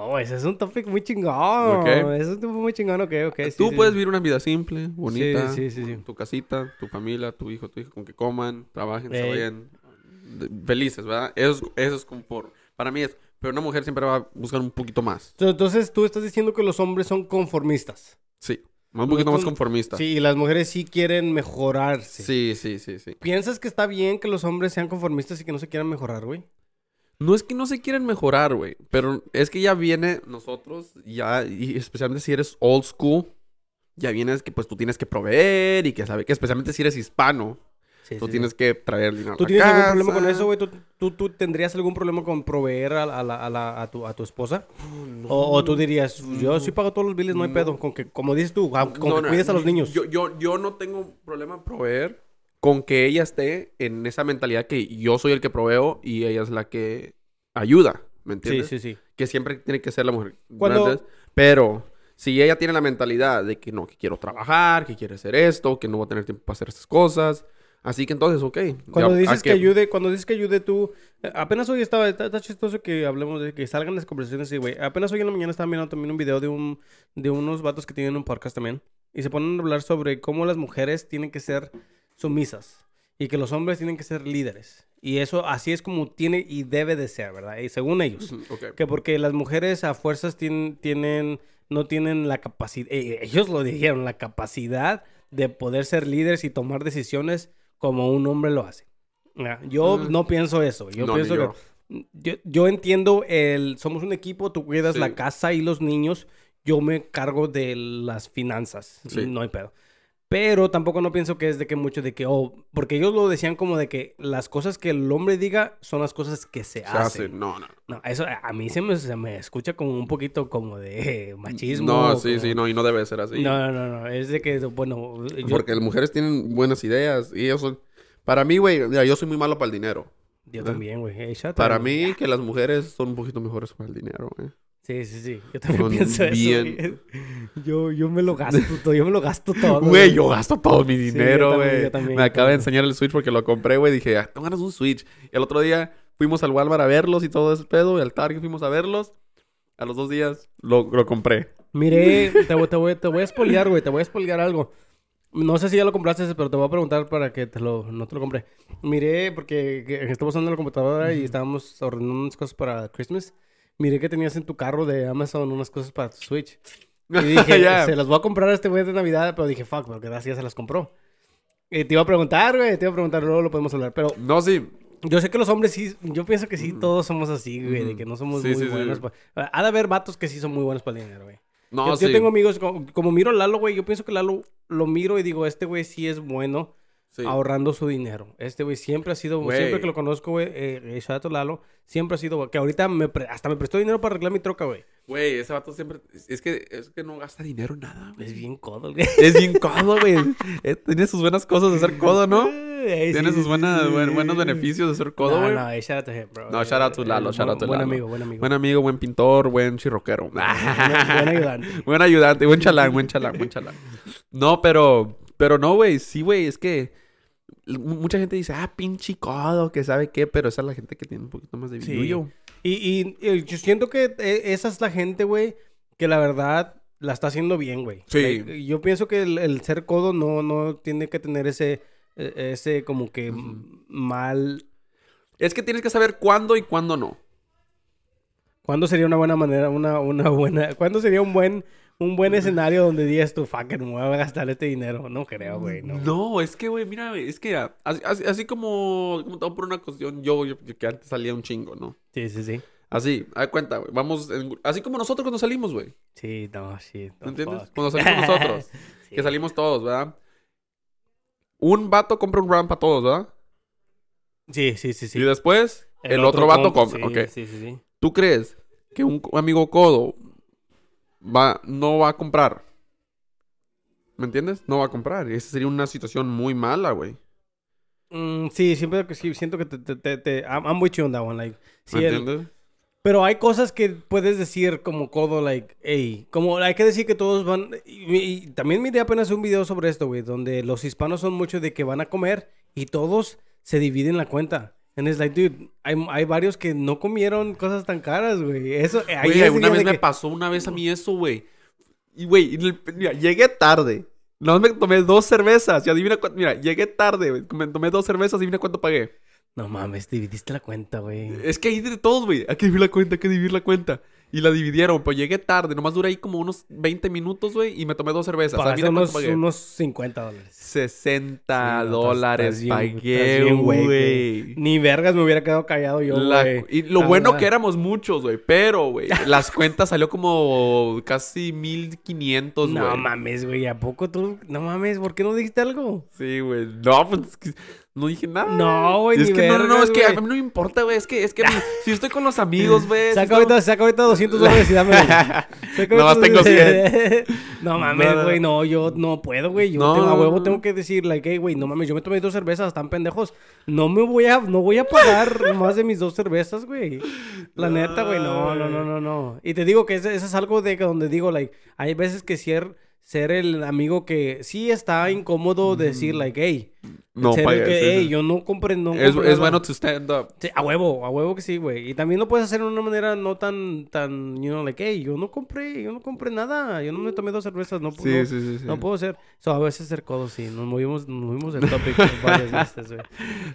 Oh, ese es un topic muy chingón. Ok. Es un topic muy chingón, ok, ok. sí, tú sí, puedes sí. vivir una vida simple, bonita, Sí, sí, sí, sí. tu casita, tu familia, tu hijo, tu hija, con que coman, trabajen, se Ey. vayan de- felices, ¿verdad? Eso, es- eso es confort. Para mí es, pero una mujer siempre va a buscar un poquito más. So, Entonces tú estás diciendo que los hombres son conformistas. Sí, un poquito más Nosotros- conformista. Sí, y las mujeres sí quieren mejorarse. Sí, sí, sí, sí. ¿Piensas que está bien que los hombres sean conformistas y que no se quieran mejorar, güey? No es que no se quieran mejorar, güey, pero es que ya viene nosotros, ya, y especialmente si eres old school, ya vienes que pues tú tienes que proveer y que sabe que especialmente si eres hispano, Sí, tú tienes que traer dinero. a ¿Tú la tienes algún casa. problema con eso, güey? ¿Tú, tú, tú tendrías algún problema con proveer a, la- a la- a la- a tu, a tu esposa? o, o tú dirías, yo sí pago todos los biles, no hay pedo. Con que, como dices tú, aunque- con No, que no, cuides a los niños. Yo, yo, yo no tengo problema en proveer con que ella esté en esa mentalidad que yo soy el que proveo y ella es la que ayuda, ¿me sí, entiendes? sí, sí. que siempre tiene que ser la mujer. Cuando- Grandes, Pero si ella tiene la mentalidad de que no, que quiero trabajar, que quiere hacer esto, que no va a tener tiempo para hacer estas cosas. Así que entonces, ok. ya, ah, Cuando hay dices que ayude, cuando dices que ayude tú, eh, apenas hoy estaba, está, está chistoso que hablemos de que salgan las conversaciones así, güey. Apenas hoy en la mañana estaba mirando también un video de un, de unos vatos que tienen un podcast también. Y se ponen a hablar sobre cómo las mujeres tienen que ser sumisas y que los hombres tienen que ser líderes. Y eso así es como tiene y debe de ser, ¿verdad? Y según ellos. Ujú, ok. Que porque las mujeres a fuerzas tienen, tienen no tienen la capacidad, ellos lo dijeron, la capacidad de poder ser líderes y tomar decisiones como un hombre lo hace. Ya, Yo Mm. no pienso eso. Yo No, ni pienso yo. que. Yo, yo entiendo el. Somos un equipo, tú cuidas Sí. la casa y los niños. Yo me encargo de las finanzas. Sí. No hay pedo. Pero tampoco no pienso que es de que mucho de que, oh, porque ellos lo decían como de que las cosas que el hombre diga son las cosas que se, Se hacen. hace. No, no. No, eso a a mí se me, se me escucha como un poquito como de eh, machismo. No, o sí, como- sí, no. Y no debe ser así. No, no, no, no, es de que, bueno, yo- Porque las mujeres tienen buenas ideas y ellos son... Para mí, güey, mira, yo soy muy malo para el dinero. yo también, güey. eh, shut up, Para güey. mí, que las mujeres son un poquito mejores para el dinero, eh. güey. Sí, sí, sí, yo también Son pienso bien- eso. güey. Yo, yo me lo gasto todo, yo me lo gasto todo. Güey, yo gasto todo mi yo dinero, también, güey. yo también, Me yo acaba de también. enseñar el Switch porque lo compré, güey. Dije, ah, tú ganas un Switch. Y el otro día fuimos al Walmart a verlos y todo ese pedo. Y al Target fuimos a verlos. A los dos días lo, lo compré. Mire, te, voy- te voy, te voy a espolear, güey, te voy a espolear algo. No sé si ya lo compraste, pero te voy a preguntar para que te lo, no te lo compré. Miré, porque que- estamos usando la computadora y estábamos ordenando unas cosas para Christmas. Miré que tenías en tu carro de Amazon unas cosas para tu Switch. Y dije, Ya. se las voy a comprar a este güey de Navidad, pero dije, fuck, pero gracias se las compró. Eh, te iba a preguntar, güey, te iba a preguntar, luego lo podemos hablar. Pero No, sí. yo sé que los hombres sí, yo pienso que sí, todos somos así, güey, de Mm. que no somos Sí, muy sí, sí. buenos. pa- Ha de haber vatos que sí son muy buenos para el dinero, güey. No, yo, sí. yo tengo amigos, como, como miro a Lalo, güey, yo pienso que Lalo lo miro y digo, este güey sí es bueno Sí. ahorrando su dinero. Este güey siempre ha sido, Güey. siempre que lo conozco, güey, eh, eh, shout out to Lalo, siempre ha sido, que ahorita me pre- hasta me prestó dinero para arreglar mi troca, güey. Güey, ese vato siempre. Es es que, es que no gasta dinero en nada, güey. Es bien codo, güey. Es bien codo, güey. Eh, Tiene sus buenas cosas de ser codo, ¿no? Eh, Tiene sí, sus sí, buenas, sí. buen- buenos beneficios de ser codo, No, güey. no, eh, shout out to him, bro. No, Eh, shout out to Lalo, eh, shout out to buen Lalo. amigo, buen amigo. Buen amigo, buen pintor, buen chirroquero. Buen- buen ayudante. Buen ayudante, buen chalán, buen chalán, buen chalán. No, pero, pero no, güey, sí, güey, es que l- mucha gente dice, ah, pinche codo, que sabe qué, pero esa es la gente que tiene un poquito más de Sí. billuyo. Y, y, eh, yo siento que eh, esa es la gente, güey, que la verdad la está haciendo bien, güey. Sí. Like, yo pienso que el, el ser codo no, no tiene que tener ese, eh, ese como que Ujú. m- mal... Es que tienes que saber cuándo y cuándo no. ¿Cuándo sería una buena manera, una, una buena... ¿Cuándo sería un buen, un buen escenario donde digas tú, fucking, me voy a gastar este dinero? No creo, güey, no. No, es que, güey, mira, güey, es que ah, así, así- así como, como todo por una cuestión, yo, yo- yo que antes salía un chingo, ¿no? Sí, sí, sí. Así, a cuenta, güey, vamos, en- así como nosotros cuando salimos, güey, Sí, no, shit. no, ¿me entiendes? fuck. Cuando salimos nosotros. Sí. Que salimos todos, ¿verdad? Un vato compra un round para todos, ¿verdad? Sí, sí, sí, sí. Y después, el, otro, vato compra. Sí, ok. sí, sí, sí. ¿Tú crees que un co- amigo codo va, no va a comprar? ¿Me entiendes? No va a comprar. Esa sería una situación muy mala, güey. Mm, sí, siempre que sí, siento que te, te, te, te- I'm, I'm with you on that one, like. ¿Me Sí, el- entiendes? pero hay cosas que puedes decir como codo, like, hey, como hay que decir que todos van, y, y también miré apenas un video sobre esto, güey, donde los hispanos son muchos de que van a comer y todos se dividen la cuenta. And it's like, dude, hay, hay varios que no comieron cosas tan caras, güey. Eso, eh, ahí Güey, ya una sería vez de me que- pasó una vez a mí eso, güey. Y, güey, en el- mira, llegué tarde. Nada más me tomé dos cervezas. Y adivina cuánto. Mira, llegué tarde, güey. Me tomé dos cervezas. Adivina cuánto pagué. No mames, dividiste la cuenta, güey. Es que ahí de todos, güey. Hay que dividir la cuenta, hay que dividir la cuenta. Y la dividieron, pues llegué tarde. Nomás duré ahí como unos 20 minutos, güey. Y me tomé dos cervezas. Pagaste Adivina cuánto unos, pagué. unos 50 dólares. 60 Sí, no, dólares estás- estás bien- estás pagué, bien güey, güey. güey. Ni vergas me hubiera quedado callado yo, La- güey. Ah, y lo La bueno verdad. que éramos muchos, güey. Pero, güey, las cuentas salió como casi 1500, güey. No mames, güey. ¿A poco tú? No mames, ¿por qué no dijiste algo? Sí, güey. No, pues es que no dije nada. No, güey, Es ni que no, no, no, vergas, es que a güey. mí no me importa, güey. Es que, es que me- si estoy con los amigos, güey. si Saca estoy- ahorita, saca ahorita 200 dólares y dame. Nomás tengo 100. no No, no, mames, güey. No, yo no puedo, güey. Yo No, tengo, a no, huevo no. tengo que decir, like, hey, güey, no mames, yo me tomé dos cervezas, están pendejos. No me voy a, no voy a pagar más de mis dos cervezas, güey. La neta, güey, no, no, no, no, no. Y te digo que eso, eso es algo de que donde digo, like, hay veces que ser, ser el amigo que sí está incómodo decir, like, hey, Mm. No, ser el pagué. que, sí, "Ey, sí. yo no comprendo. Es, es bueno to stand up. Sí, a huevo, a huevo que sí, güey. Y también lo puedes hacer de una manera no tan, tan, you know, like, hey, yo no compré, yo no compré nada, yo no me tomé dos cervezas, no, Sí, no, sí, sí, sí. no puedo ser. So, a veces ser codo, sí, nos movimos, nos movimos el topic varias veces, güey.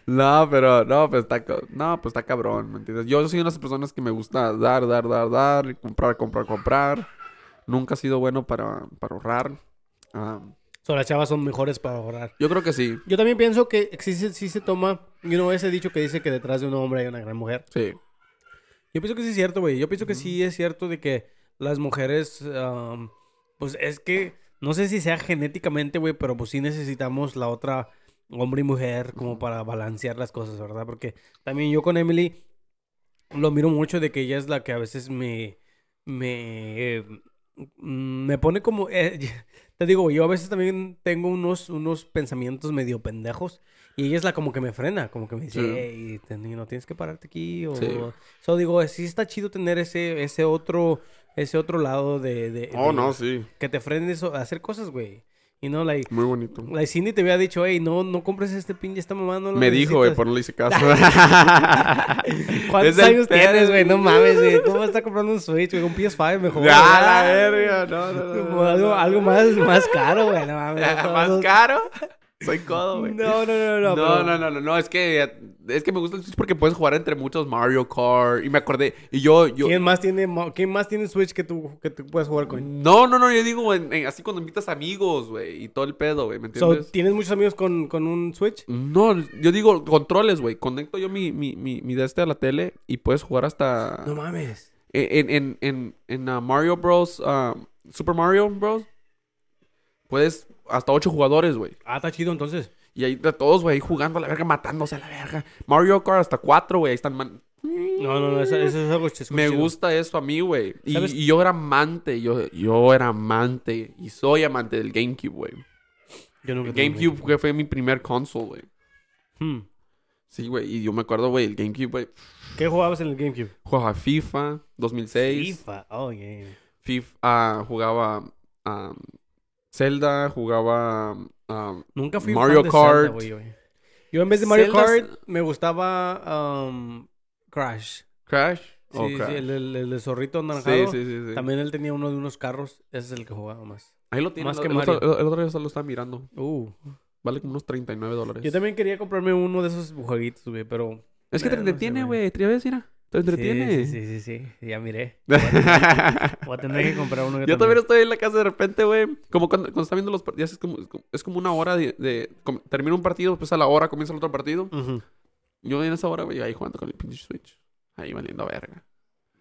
No, pero no, pues está, ca- no, pues está cabrón, ¿me entiendes? Yo soy una de las personas que me gusta dar, dar, dar, dar, y comprar, comprar, comprar. Nunca ha sido bueno para, para ahorrar. Ah, So, las chavas son mejores para ahorrar. yo creo que sí, Yo también pienso que sí, se- sí se toma, you know, ese dicho que dice que detrás de un hombre hay una gran mujer. sí. Yo pienso que sí es cierto, güey. Yo pienso que sí es cierto de que las mujeres, am, pues es que, no sé si sea genéticamente, güey, pero pues sí necesitamos la otra hombre y mujer como para balancear las cosas, ¿verdad? Porque también yo con Emily lo miro mucho de que ella es la que a veces me, me, eh, mm, me pone como, eh, te digo, yo a veces también tengo unos, unos pensamientos medio pendejos y ella es la como que me frena, como que me dice, Sí. "Ey, te- no tienes que pararte aquí o... Sí. So, digo, eh, sí está chido tener ese, ese otro, ese otro lado de, de- de- Oh, sí. que te frenen eso, a hacer cosas, güey. Y no, like, Muy bonito. like Cindy te había dicho, hey, no, no compres este pinche, esta mamá no lo Me dijo, güey, necesitas". pero no le hice caso. ¿Cuántos Es el años tienes, pedo. güey? No mames, güey. ¿Cómo está comprando un Switch, güey? Un PS5 mejor. Ya, güey. la verga. No, no, no, Como no, algo, no. algo más, más caro, güey. No mames. ¿Más caro? Soy codo, No, güey. no, no, no. pero- No, no, no, no, no, es que eh, Es que me gusta el Switch porque puedes jugar entre muchos Mario Kart. Y me acordé. Y yo. yo ¿Quién más tiene, mo- ¿quién más tiene Switch que tú, que tú puedes jugar con? No, no, no. Yo digo en- en- así cuando invitas amigos, güey. Y todo el pedo, güey. ¿Me So, entiendes? ¿Tienes muchos amigos con, con un Switch? No, yo digo controles, güey. Conecto yo mi, mi, mi, mi de este a la tele y puedes jugar hasta. No mames. En, en, en, en uh, Mario Bros. um, Super Mario Bros. Puedes hasta ocho jugadores, güey. Ah, está chido entonces. Y ahí de todos, güey, ahí jugando a la verga, matándose a la verga. Mario Kart hasta cuatro, güey. Ahí están. man- No, no, no, eso, eso es algo chis- Me chido. gusta eso a mí, güey. Y, ¿Sabes? y yo era amante. Yo, yo era amante. Y soy amante del GameCube, güey. Yo nunca El tuve un GameCube güey, fue mi primer console, güey. Hmm. Sí, güey. Y yo me acuerdo, güey, el GameCube, güey. ¿Qué jugabas en el GameCube? Jugaba FIFA 2006. FIFA. Oh, yeah. FIFA, ah, jugaba am, Zelda, jugaba ah, am, Nunca fui Mario fan de Zelda, Kart. güey, güey. Yo en vez de Mario Zelda es- Kart me gustaba um, Crash. Crash. Sí, Oh, sí, Crash. el, el- el de zorrito Sí, anaranjado. sí, sí, sí. También él tenía uno de unos carros. Ese es el que jugaba más. Ahí lo tiene. Más el- que el, otro, Mario. el- el otro día se lo estaba mirando. Uh, Vale como unos 39 dólares. yo también quería comprarme uno de esos jueguitos, güey, pero... Es que te Eh, no sé, entretiene, güey. güey. Te ves, mira. Te Sí, entretiene. sí, sí, sí, sí, Ya miré. Voy a tener que comprar uno. Yo también estoy en la casa de repente, güey. Como cuando, cuando está viendo los partidos, es como, es como- es como una hora de... de- com- termina un partido, después a la hora comienza el otro partido. Ujú. Yo en esa hora, güey, ahí jugando con el pinche Switch. Ahí valiendo verga.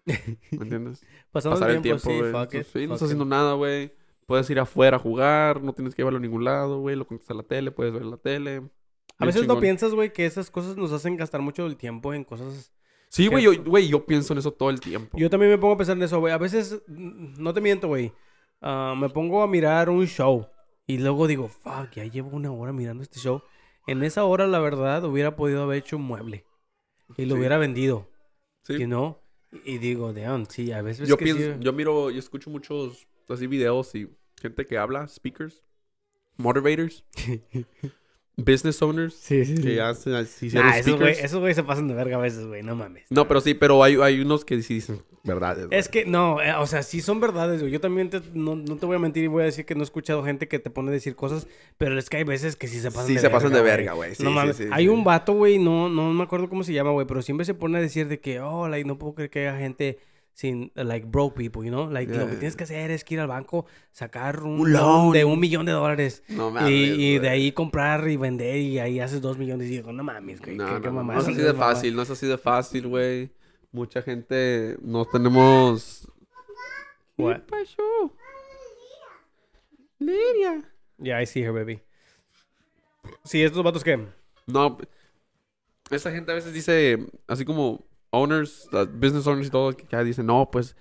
¿Me entiendes? Pasando pasar el tiempo, sí, güey. fuck it, Entonces, sí, no fuck estás it. haciendo nada, güey. Puedes ir afuera a jugar, no tienes que llevarlo a ningún lado, güey. Lo conectas a la tele, puedes ver la tele. A Bien veces no chingón. piensas, güey, que esas cosas nos hacen gastar mucho el tiempo en cosas Sí, que- güey, yo, güey, yo pienso en eso todo el tiempo. Yo también me pongo a pensar en eso, güey. A veces, n- no te miento, güey. Ah, me pongo a mirar un show y luego digo, fuck, ya llevo una hora mirando este show. En esa hora, la verdad, hubiera podido haber hecho un mueble y lo Sí. hubiera vendido, Sí. you know? Y digo, damn, sí, a veces Yo que sí, pienso, yo miro, yo escucho muchos así videos y gente que habla, speakers, motivators, business owners, Sí, sí, sí. que hacen así Nah, hicieron esos güey speakers. esos güey se pasan de verga a veces, güey, no mames. No, pero sí, pero hay, hay unos que sí dicen verdades. güey. Es que, no, eh, o sea, sí son verdades, güey. Yo también te- no, no te voy a mentir y voy a decir que no he escuchado gente que te pone a decir cosas, pero es que hay veces que sí se pasan Sí, de se verga. pasan de güey. verga, güey. Sí, no sí, mames. sí, hay sí. un vato, güey, no, no me acuerdo cómo se llama, güey, pero siempre se pone a decir de que, oh, like, no puedo creer que haya gente sin, like, broke people, you know? Like, lo que Yeah. tienes que hacer es que ir al banco, sacar un, Un loan de loan. un millón de dólares. No y, mames, y de güey. ahí comprar y vender y ahí haces dos millones. Y digo, no mames, güey. No, qué- no, qué no, mamada, no es así qué de mamada". fácil, no es así de fácil, güey. Mucha gente no tenemos. What? pasó? Liria. Yeah, I see her, baby. Sí, estos vatos que... No, esa gente a veces dice, así como owners, uh, business owners y todo, que ya dicen, no, pues.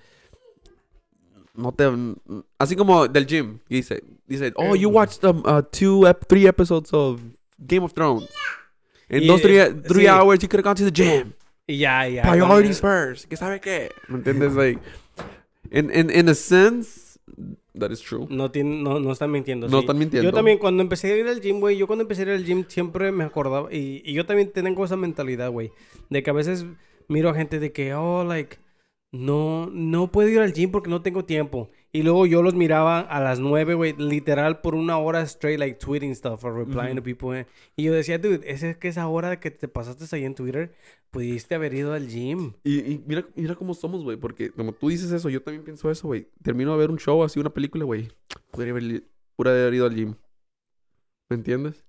No te. Así como del gym, y dice, dice, oh, Mm. you watched um, uh, two, ep- three episodes of Game of Thrones. En Y, dos, three, eh, three sí. hours, you could have gone to the gym. Y ya, ya. Priorities first. ¿Qué sabe qué? ¿Me entiendes? Like, in, in, in a sense, that is true. No, tienen, no, no están mintiendo. No sí. están mintiendo. Yo también, cuando empecé a ir al gym, güey, yo cuando empecé a ir al gym siempre me acordaba. Y, y yo también tengo esa mentalidad, güey. De que a veces miro a gente de que, oh, like, no, no puedo ir al gym porque no tengo tiempo. Y luego yo los miraba a las nueve, güey, literal por una hora straight, like tweeting stuff or replying to people. eh. Y yo decía, dude, ese es que esa hora que te pasaste ahí en Twitter, pudiste haber ido al gym. Y, y mira, mira cómo somos, güey. Porque como tú dices eso, yo también pienso eso, güey. Termino de ver un show, así una película, güey. Podría haber, podría haber ido al gym. ¿Me entiendes?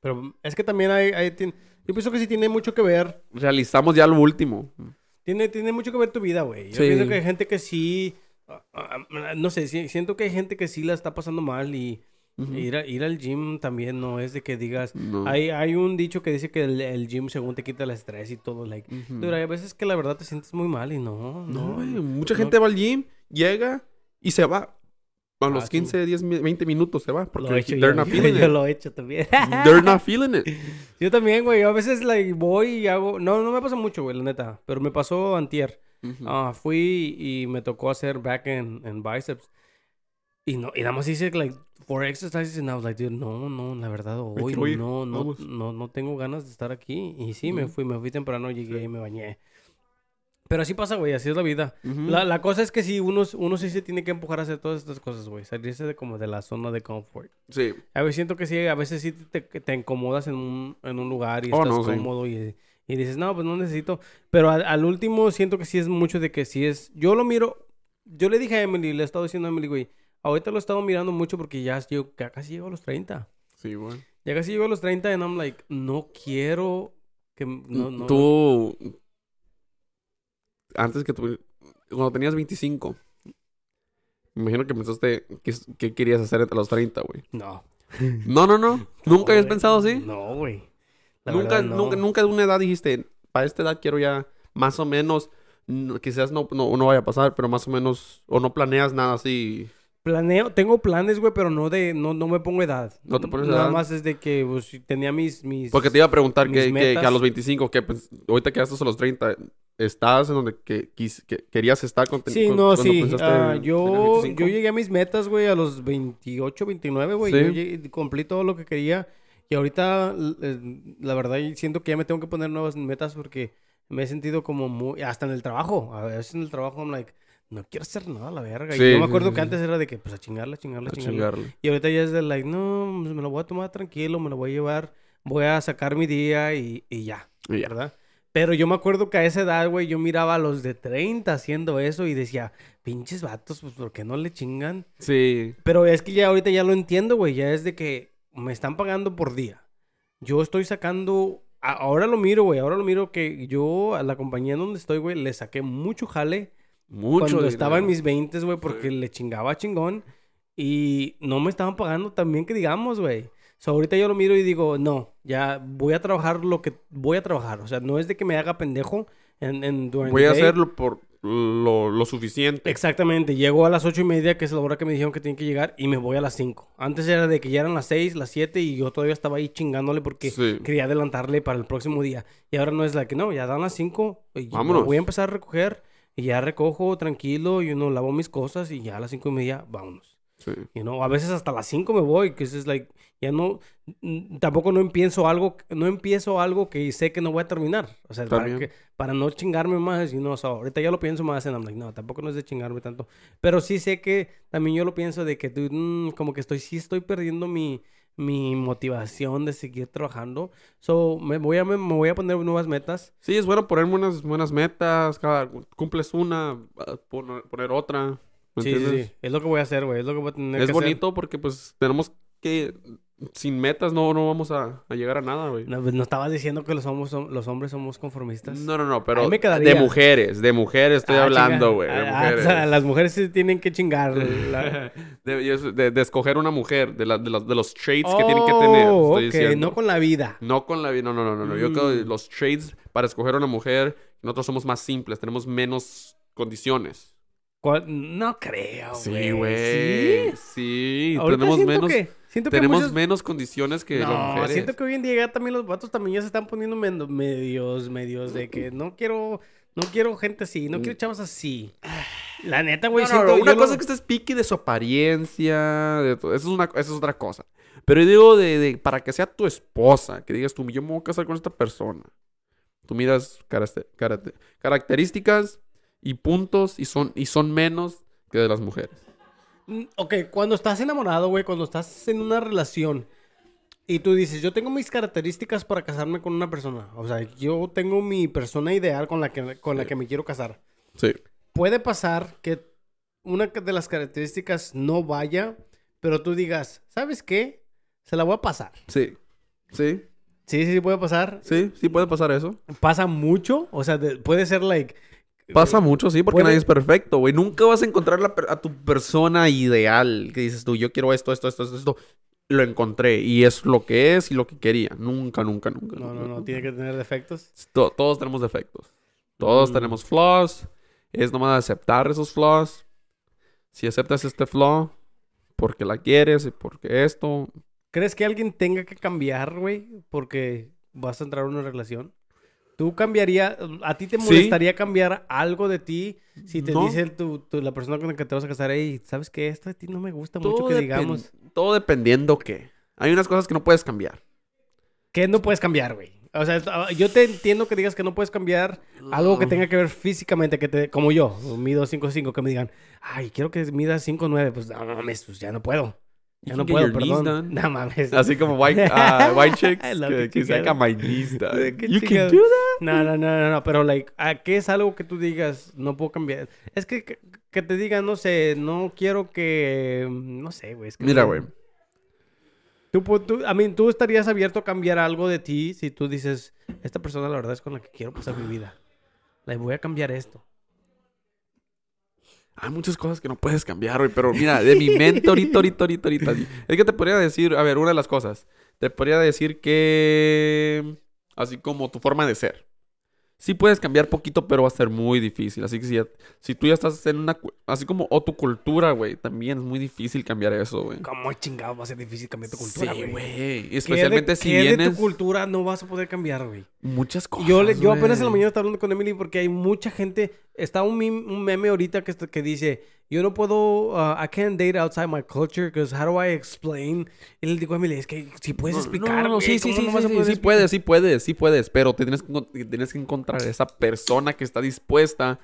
Pero es que también hay, hay tien- yo pienso que sí tiene mucho que ver Realizamos ya lo último. Tiene, tiene mucho que ver tu vida, güey. Yo Sí. pienso que hay gente que sí. ah, ah, ah, No sé, sí- siento que hay gente que sí la está pasando mal y Ujú. ir, a- ir al gym también no es de que digas. No. Hay, hay un dicho que dice que el, el gym según te quita el estrés y todo. Like, Ujú. Dude, hay veces que la verdad te sientes muy mal y no. No, No, güey. Mucha no. gente va al gym, llega y se va. A los Ah, sí. 15, 10, mi- 20 minutos se va. Porque Lo he hecho they're yo, not yo- feeling yo it. lo he hecho también. They're not feeling it. yo también, güey. Yo A veces like, voy y hago. No, no me pasa mucho, güey, la neta. Pero me pasó antier. Ujú. Ah, fui y me tocó hacer back en, en biceps. Y no, y nada más hice like four exercises and I was like, dude, no, no, la verdad, hoy quiero ir, no, no, vamos. no, no tengo ganas de estar aquí. Y sí, me Ujú. fui, me fui temprano, llegué y me bañé. Pero así pasa, güey, así es la vida. Ujú. La, la cosa es que sí, uno, uno sí se tiene que empujar a hacer todas estas cosas, güey. Salirse de como de la zona de confort. Sí. A veces siento que sí, a veces sí te, te- te incomodas en un, en un lugar y Oh, estás no, sí. cómodo y, y dices, no, pues no necesito. Pero al, al último siento que sí es mucho de que sí es... Yo lo miro... Yo le dije a Emily, le he estado diciendo a Emily, güey, ahorita lo he estado mirando mucho porque ya, yo, ya casi llego a los 30. Sí, güey. Ya casi llego a los 30 and I'm like, no quiero que... m- No, no, Tú. Antes que tú. Cuando tenías 25. Me imagino que pensaste que, que querías hacer a los 30, güey. No. No, no, no. Nunca habías güey. pensado así. No, güey. La Nunca, verdad, no. nunca, nunca de una edad dijiste, para esta edad quiero ya más o menos, no- quizás no, no, no vaya a pasar, pero más o menos, o no planeas nada así. Planeo, tengo planes, güey, pero no de, no, no me pongo edad. No te pones Nada edad. más es de que pues, si tenía mis, mis... Porque te iba a preguntar Mis que, que- que a metas. los 25, que pues, ahorita que ya estás a los 30, ¿estás en donde que, quis- que querías estar con, Sí, con- no, cuando sí. pensaste Ah, en tener yo, 25? yo llegué a mis metas, güey, a los 28, 29, güey. Sí. Yo llegué- cumplí todo lo que quería. Y ahorita, l- eh, la verdad, y siento que ya me tengo que poner nuevas metas porque me he sentido como muy... Hasta en el trabajo. A veces en el trabajo I'm like, no quiero hacer nada, la verga. Sí, y yo sí, me acuerdo sí, que sí. antes era de que, pues, a chingarla, chingarla, A chingarla. chingarle. Y ahorita ya es de like, no, pues, me lo voy a tomar tranquilo, me lo voy a llevar. Voy a sacar mi día y, y ya. Y ya. ¿verdad? Pero yo me acuerdo que a esa edad, güey, yo miraba a los de 30 haciendo eso y decía, pinches vatos, pues ¿por qué no le chingan? Sí, Pero es que ya ahorita ya lo entiendo, güey, ya es de que me están pagando por día. Yo estoy sacando, a- ahora lo miro, güey, ahora lo miro que yo a la compañía en donde estoy, güey, le saqué mucho jale mucho. cuando dinero. estaba en mis 20, güey, porque le chingaba chingón y no me estaban pagando también que digamos, güey. So, ahorita yo lo miro y digo, no, ya voy a trabajar lo que voy a trabajar. O sea, no es de que me haga pendejo en, en durante Voy a el day. hacerlo por lo, lo suficiente. Exactamente, llego a las ocho y media, que es la hora que me dijeron que tienen que llegar, y me voy a las 5. Antes era de que ya eran las 6, las 7, y yo todavía estaba ahí chingándole porque Sí. quería adelantarle para el próximo día. Y ahora no es la que no, ya dan las 5, y yo Vámonos. voy a empezar a recoger, y ya recojo tranquilo, y uno lavo mis cosas, y ya a las cinco y media, vámonos. Sí. You know, a veces hasta las 5 me voy, que es like, ya no, mm, tampoco no empiezo algo, no empiezo algo que sé que no voy a terminar. O sea, para, También. que- para no chingarme más, y no, o sea, ahorita ya lo pienso más en, I'm like, no, tampoco no es de chingarme tanto. Pero sí sé que también yo lo pienso de que, dude, mm, como que estoy, sí estoy perdiendo mi, mi motivación de seguir trabajando. So, me voy a, me voy a poner nuevas metas. Sí, es bueno ponerme unas buenas metas. Cada, cumples una, ah, pon- poner otra. ¿me Sí, sí, entiendes? sí, es lo que voy a hacer, güey, es lo que voy a tener Es que hacer. bonito porque pues tenemos que... Sin metas no, no vamos a, a llegar a nada, güey. No, pues, no estabas diciendo que los, homos, son- los hombres somos conformistas. No, no, no, pero Ahí me quedaría. de mujeres, de mujeres estoy Ah, chinga. hablando, güey. De Ah, o sea, mujeres. las mujeres se tienen que chingar. la- De, yo- de- de escoger una mujer, de, la- de las- de los traits que tienen que tener. Oh, Estoy ok, diciendo. no con la vida. No con la vida, no, no, no, no. no. Yo creo Mm. que los traits para escoger una mujer, nosotros somos más simples, tenemos menos condiciones. ¿Cuál? No creo, güey. sí, güey. ¿Sí? Sí, Ahorita tenemos siento menos, que- siento que tenemos muchos- menos condiciones que las No, mujeres. siento que hoy en día ya también los vatos también ya se están poniendo men- medios, medios de que no quiero, no quiero gente así, no quiero chavas así. La neta, güey, Mm. No, no, siento no, yo una lo- cosa es que estés piqui de su apariencia, de todo. Eso es, una, eso es otra cosa. Pero yo digo de, de- para que sea tu esposa, que digas tú, yo me voy a casar con esta persona. Tú miras caraste- caracte- características y puntos y son, y son menos que de las mujeres. Mm, Ok, cuando estás enamorado, güey, cuando estás en una relación y tú dices, yo tengo mis características para casarme con una persona. O sea, yo tengo mi persona ideal con la que, con la que me quiero casar. Sí. Puede pasar que una de las características no vaya, pero tú digas, ¿sabes qué? Se la voy a pasar. Sí. Sí. Sí, sí, sí, puede pasar. Sí. Sí puede pasar eso. Pasa mucho. O sea, de- puede ser like... Pasa mucho, sí, porque Puede- nadie es perfecto, güey. Nunca vas a encontrar la per- a tu persona ideal que dices tú, yo quiero esto, esto, esto, esto, esto. Lo encontré y es lo que es y lo que quería. Nunca, nunca, nunca. No, no, nunca, no, nunca. tiene que tener defectos. To- todos tenemos defectos. Todos Mm. tenemos flaws. Es nomás aceptar esos flaws. Si aceptas este flaw, porque la quieres y porque esto. ¿Crees que alguien tenga que cambiar, güey? Porque vas a entrar en una relación. ¿Tú cambiaría, a ti te Sí. molestaría cambiar algo de ti si te No. dice tu, tu- la persona con la que te vas a casar, hey, ¿sabes qué? Esto de ti no me gusta mucho Todo que depen- digamos. Todo dependiendo qué. Hay unas cosas que no puedes cambiar. ¿Qué no puedes cambiar, güey? O sea, está- yo te entiendo que digas que no puedes cambiar algo que tenga que ver físicamente, que te, como yo, mido 5'5", que me digan, ay, quiero que midas 5'9", pues no mames, pues ya no puedo. Ya You no can puedo, get your knees perdón. done. No mames. Así como white, ah, white chicks I love que, it, que saca chingado. my knees down. Eh, qué You can chingado. do that. No, no, no, no, no, pero like, ¿a qué es algo que tú digas, no puedo cambiar? Es que que, que te digan, no sé, no quiero que, no sé, güey. es que Mira, no- güey. Tú, pu- tú- a mí, tú estarías abierto a cambiar algo de ti si tú dices, esta persona la verdad es con la que quiero pasar mi vida. Le voy a cambiar esto. Hay muchas cosas que no puedes cambiar, güey. Pero mira, de mi mente ahorita, ahorita, ahorita, ahorita. Es que te podría decir, a ver, una de las cosas. Te podría decir que... Así como tu forma de ser. Sí puedes cambiar poquito, pero va a ser muy difícil. Así que si, ya- si tú ya estás en una... cu- Así como... O tu cultura, güey. También es muy difícil cambiar eso, güey. ¿Cómo chingado va a ser difícil cambiar tu cultura, Sí, güey? güey. ¿Qué de- Especialmente si qué de vienes... tu cultura no vas a poder cambiar, güey? Muchas cosas, Yo, le- yo apenas en la güey. mañana estaba hablando con Emily porque hay mucha gente. Está un, meme, un meme ahorita que, está- que dice: Yo no puedo. uh, I can't date outside my culture because how do I explain? Y le digo a Emily: Es que si puedes explicar. No, no, güey, sí, sí, ¿cómo sí, no sí, vas a sí, poder sí explicar? puedes, sí puedes, sí puedes, pero te tienes que, encon- te tienes que encontrar esa persona que está dispuesta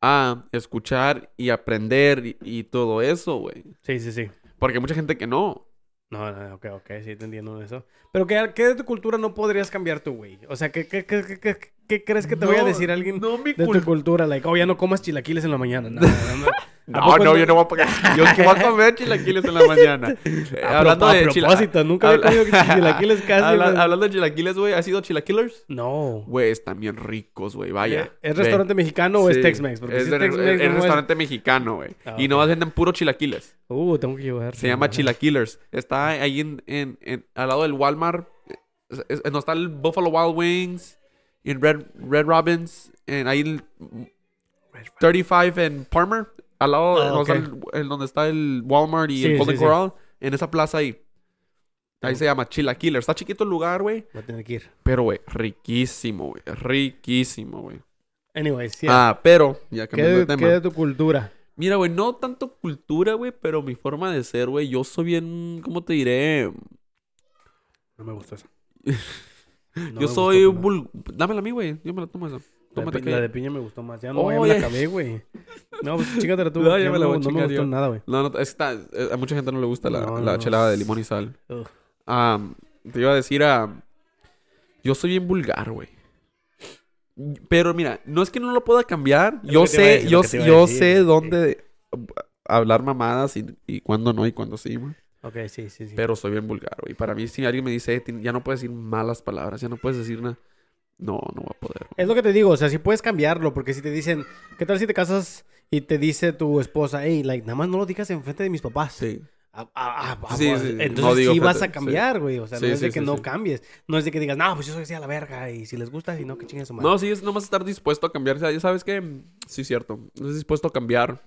a escuchar y aprender y, y todo eso, güey. Sí, sí, sí. Porque hay mucha gente que no. No, no, ok, ok, sí, te entiendo eso. Pero ¿qué, qué de tu cultura no podrías cambiar tú, güey? O sea, ¿qué, qué, qué, qué, qué- qué crees que te voy a decir alguien No, mi de cul- tu cultura? Like, oh, ya no comas chilaquiles en la mañana. No, no, no. ¿A No, poco no, no? yo no voy a pagar. Yo que voy a comer chilaquiles en la mañana. Eh, A hablando pro- a de chila- propósito, nunca había habla- comido chilaquiles casi, Habla- güey. Hablando de chilaquiles, güey, ¿has sido chilaquilers? No. Güey, están bien ricos, güey, vaya. Eh, ¿Es Ve. restaurante mexicano o Ah, Sí, es Tex-Mex? Porque Es, si de- es Tex-Mex, es no es- restaurante mexicano, güey. Ah, Y nomás venden puro chilaquiles. Uh, tengo que llevar. Se llama Chilaquilers. Está ahí en, en- en- al lado del Walmart. Es- es- no está el Buffalo Wild Wings. En Red, Red Robins. En ahí el Red 35 en Palmer. Al lado Ah, donde, está ok. el- en donde está el Walmart y Sí, el Golden sí, sí. Corral. En esa plaza ahí. Ahí Mm. se llama Chilaquilers. Está chiquito el lugar, güey. Voy a tener que ir. Pero, güey, riquísimo, güey. Riquísimo, güey. Anyways, sí. Ah, pero, ya ¿Qué, cambiando de de, tema. qué de tu cultura? Mira, güey, no tanto cultura, güey, pero mi forma de ser, güey. Yo soy bien, ¿cómo te diré? No me gustó eso. yo soy un vul... Dámela a mí, güey. Yo me la tomo esa. La, Tómate pi- que... la de piña me gustó más. Ya no, Oh, ya me la ya. acabé, güey. No, pues chingatela tú. No, porque ya me la no- voy a No me chingar gustó yo. nada, güey. No, no, es que está- eh, a mucha gente no le gusta la, No, la no. chelada de limón y sal. Ugh. Ah, te iba a decir a... yo soy bien vulgar, güey. Pero mira, no es que no lo pueda cambiar. Es yo lo que te iba a sé, decir, yo, lo que te iba a yo decir, sé sí. dónde hablar mamadas y, y cuándo no y cuándo sí, güey. Ok, sí, sí, sí. Pero soy bien vulgar, güey. Para mí, si alguien me dice, "Eh, ti- ya no puedes decir malas palabras, ya no puedes decir nada. No, no voy a poder. Es lo que te digo, o sea, si puedes cambiarlo, porque si te dicen, ¿qué tal si te casas y te dice tu esposa, hey, like, nada más no lo digas enfrente de mis papás? Sí. Ah, ah, ah, Sí, ah, sí, entonces no digo sí vas frente- a cambiar, güey. O sea, Sí, no es sí, de que sí, no sí. cambias. No es de que digas, no, pues yo soy así a la verga. Y si les gusta, y no, que chinguen su madre. No, sí, es nomás estar dispuesto a cambiar. O sea, ya sabes que. mm, Sí, cierto. No es dispuesto a cambiar.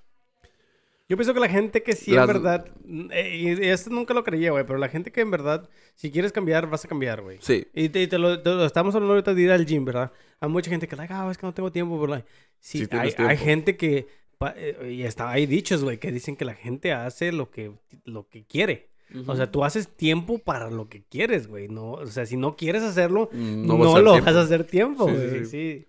Yo pienso que la gente que sí, Las- en verdad. eh, y- y esto nunca lo creía, güey. Pero la gente que en verdad, si quieres cambiar, vas a cambiar, güey. Sí. Y te, y te lo, te lo estamos hablando ahorita de ir al gym, ¿verdad? Hay mucha gente que, like, ah, es que no tengo tiempo, pero, like, sí, Sí hay, tienes tiempo. hay gente que, pa- eh, y está, hay dichos, güey, que dicen que la gente hace lo que, lo que quiere. O sea, tú haces tiempo para lo que quieres, güey. No, o sea, si no quieres hacerlo, Mm, no, va a ser lo tiempo. vas a hacer tiempo, Sí, sí, güey. Sí, sí.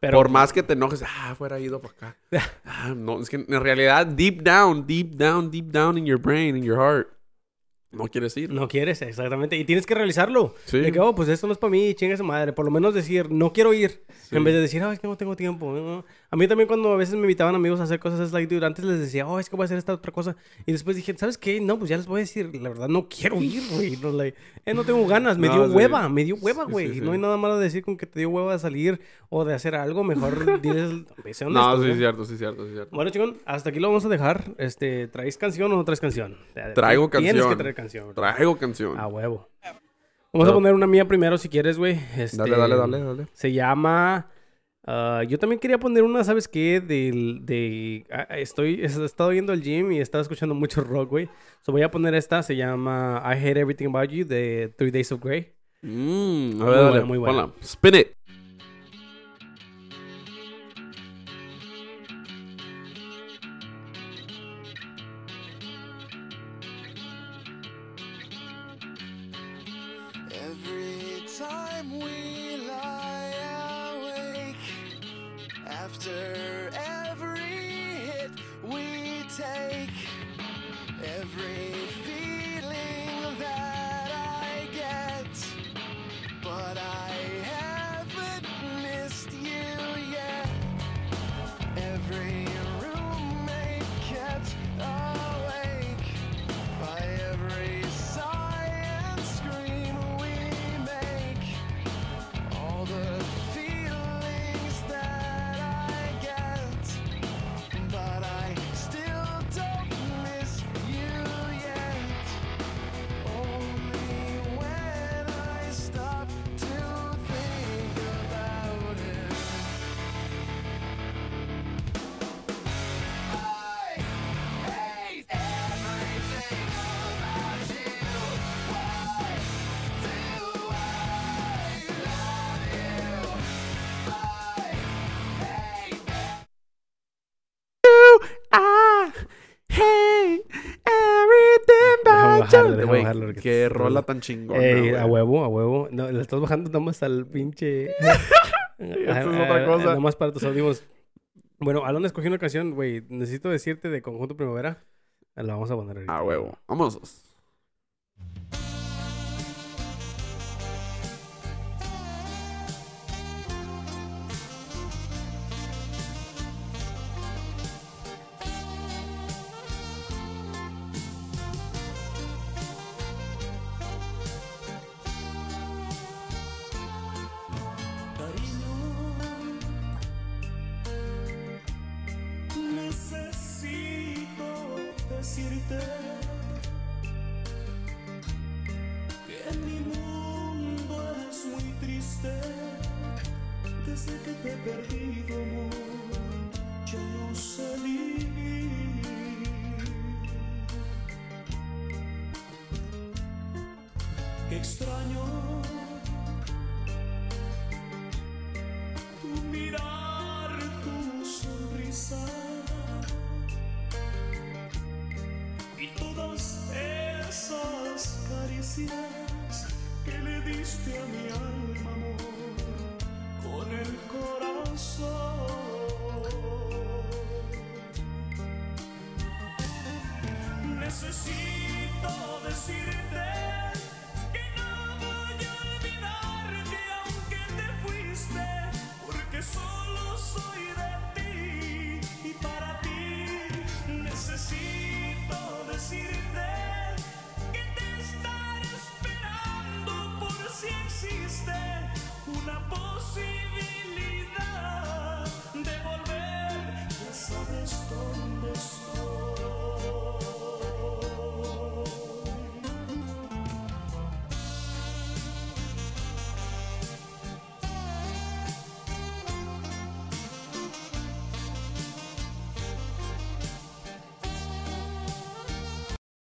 Pero, Por más que te enojes, ah, fuera ido para acá. Ah, no, es que en realidad, deep down, deep down, deep down in your brain, in your heart, no quieres ir. no quieres, exactamente. Y tienes que realizarlo. Sí. De que, oh, pues esto no es para mí, chinga su madre. Por lo menos decir, no quiero ir. Sí. En vez de decir, ah, es que no tengo tiempo. no, no. A mí también cuando a veces me invitaban amigos a hacer cosas, es like, dude, antes les decía, oh, es que voy a hacer esta otra cosa. Y después dije, ¿sabes qué? No, pues ya les voy a decir, la verdad no quiero ir, güey. No, like, eh, no tengo ganas, me No, dio sí. hueva, me dio hueva, Sí, güey. sí, No sí. hay nada malo de decir con que te dio hueva de salir o de hacer algo. Mejor diles, sé honesto, No, sí, ¿no? es cierto, sí, es cierto, sí, es cierto. Bueno, chicos, hasta aquí lo vamos a dejar. Este, ¿traes canción o no traes canción? Traigo Tienes que canción. traer canción. ¿verdad? Traigo canción. A huevo. Vamos a Pero- poner una mía primero si quieres, güey. Este, Dale, dale, dale, dale. Se llama. ah, yo también quería poner una, ¿sabes qué? Del, de, ah, ah, estoy, he estado yendo al gym y he estado escuchando mucho rock, güey. So voy a poner esta, se llama I Hate Everything About You de Three Days of Grey. Mm, a Muy ver, dale, buena, muy buena. ponla. Spin it. Every time we lie After every hit we take, every feeling that I get, but I haven't missed you yet. Every roommate kept awake by every sigh and scream we make. All the feelings that I get, but I still don't miss you yet. Only when I stop to think about it. I hate everything about you. Why do I love you? I hate Ah, hey, everything Ah, Déjame about bajarle, you. déjame Güey, bajarle porque Qué está- rola tan chingona, Ey, güey. a huevo, a huevo. No, le estás bajando nada más al pinche. Ah, eh, Esa es otra cosa. Nada más para tus audios. Bueno, Alan escogió una canción, güey. Necesito decirte de Conjunto Primavera. Ah, La vamos a poner ahorita. A huevo. Vamos. Cariño, necesito decirte que mi mundo es muy triste desde que te he perdido, amor. Ya no salí. Extraño tu mirar, tu sonrisa y todas esas caricias que le diste a mi alma, amor, con el corazón. Necesito decirte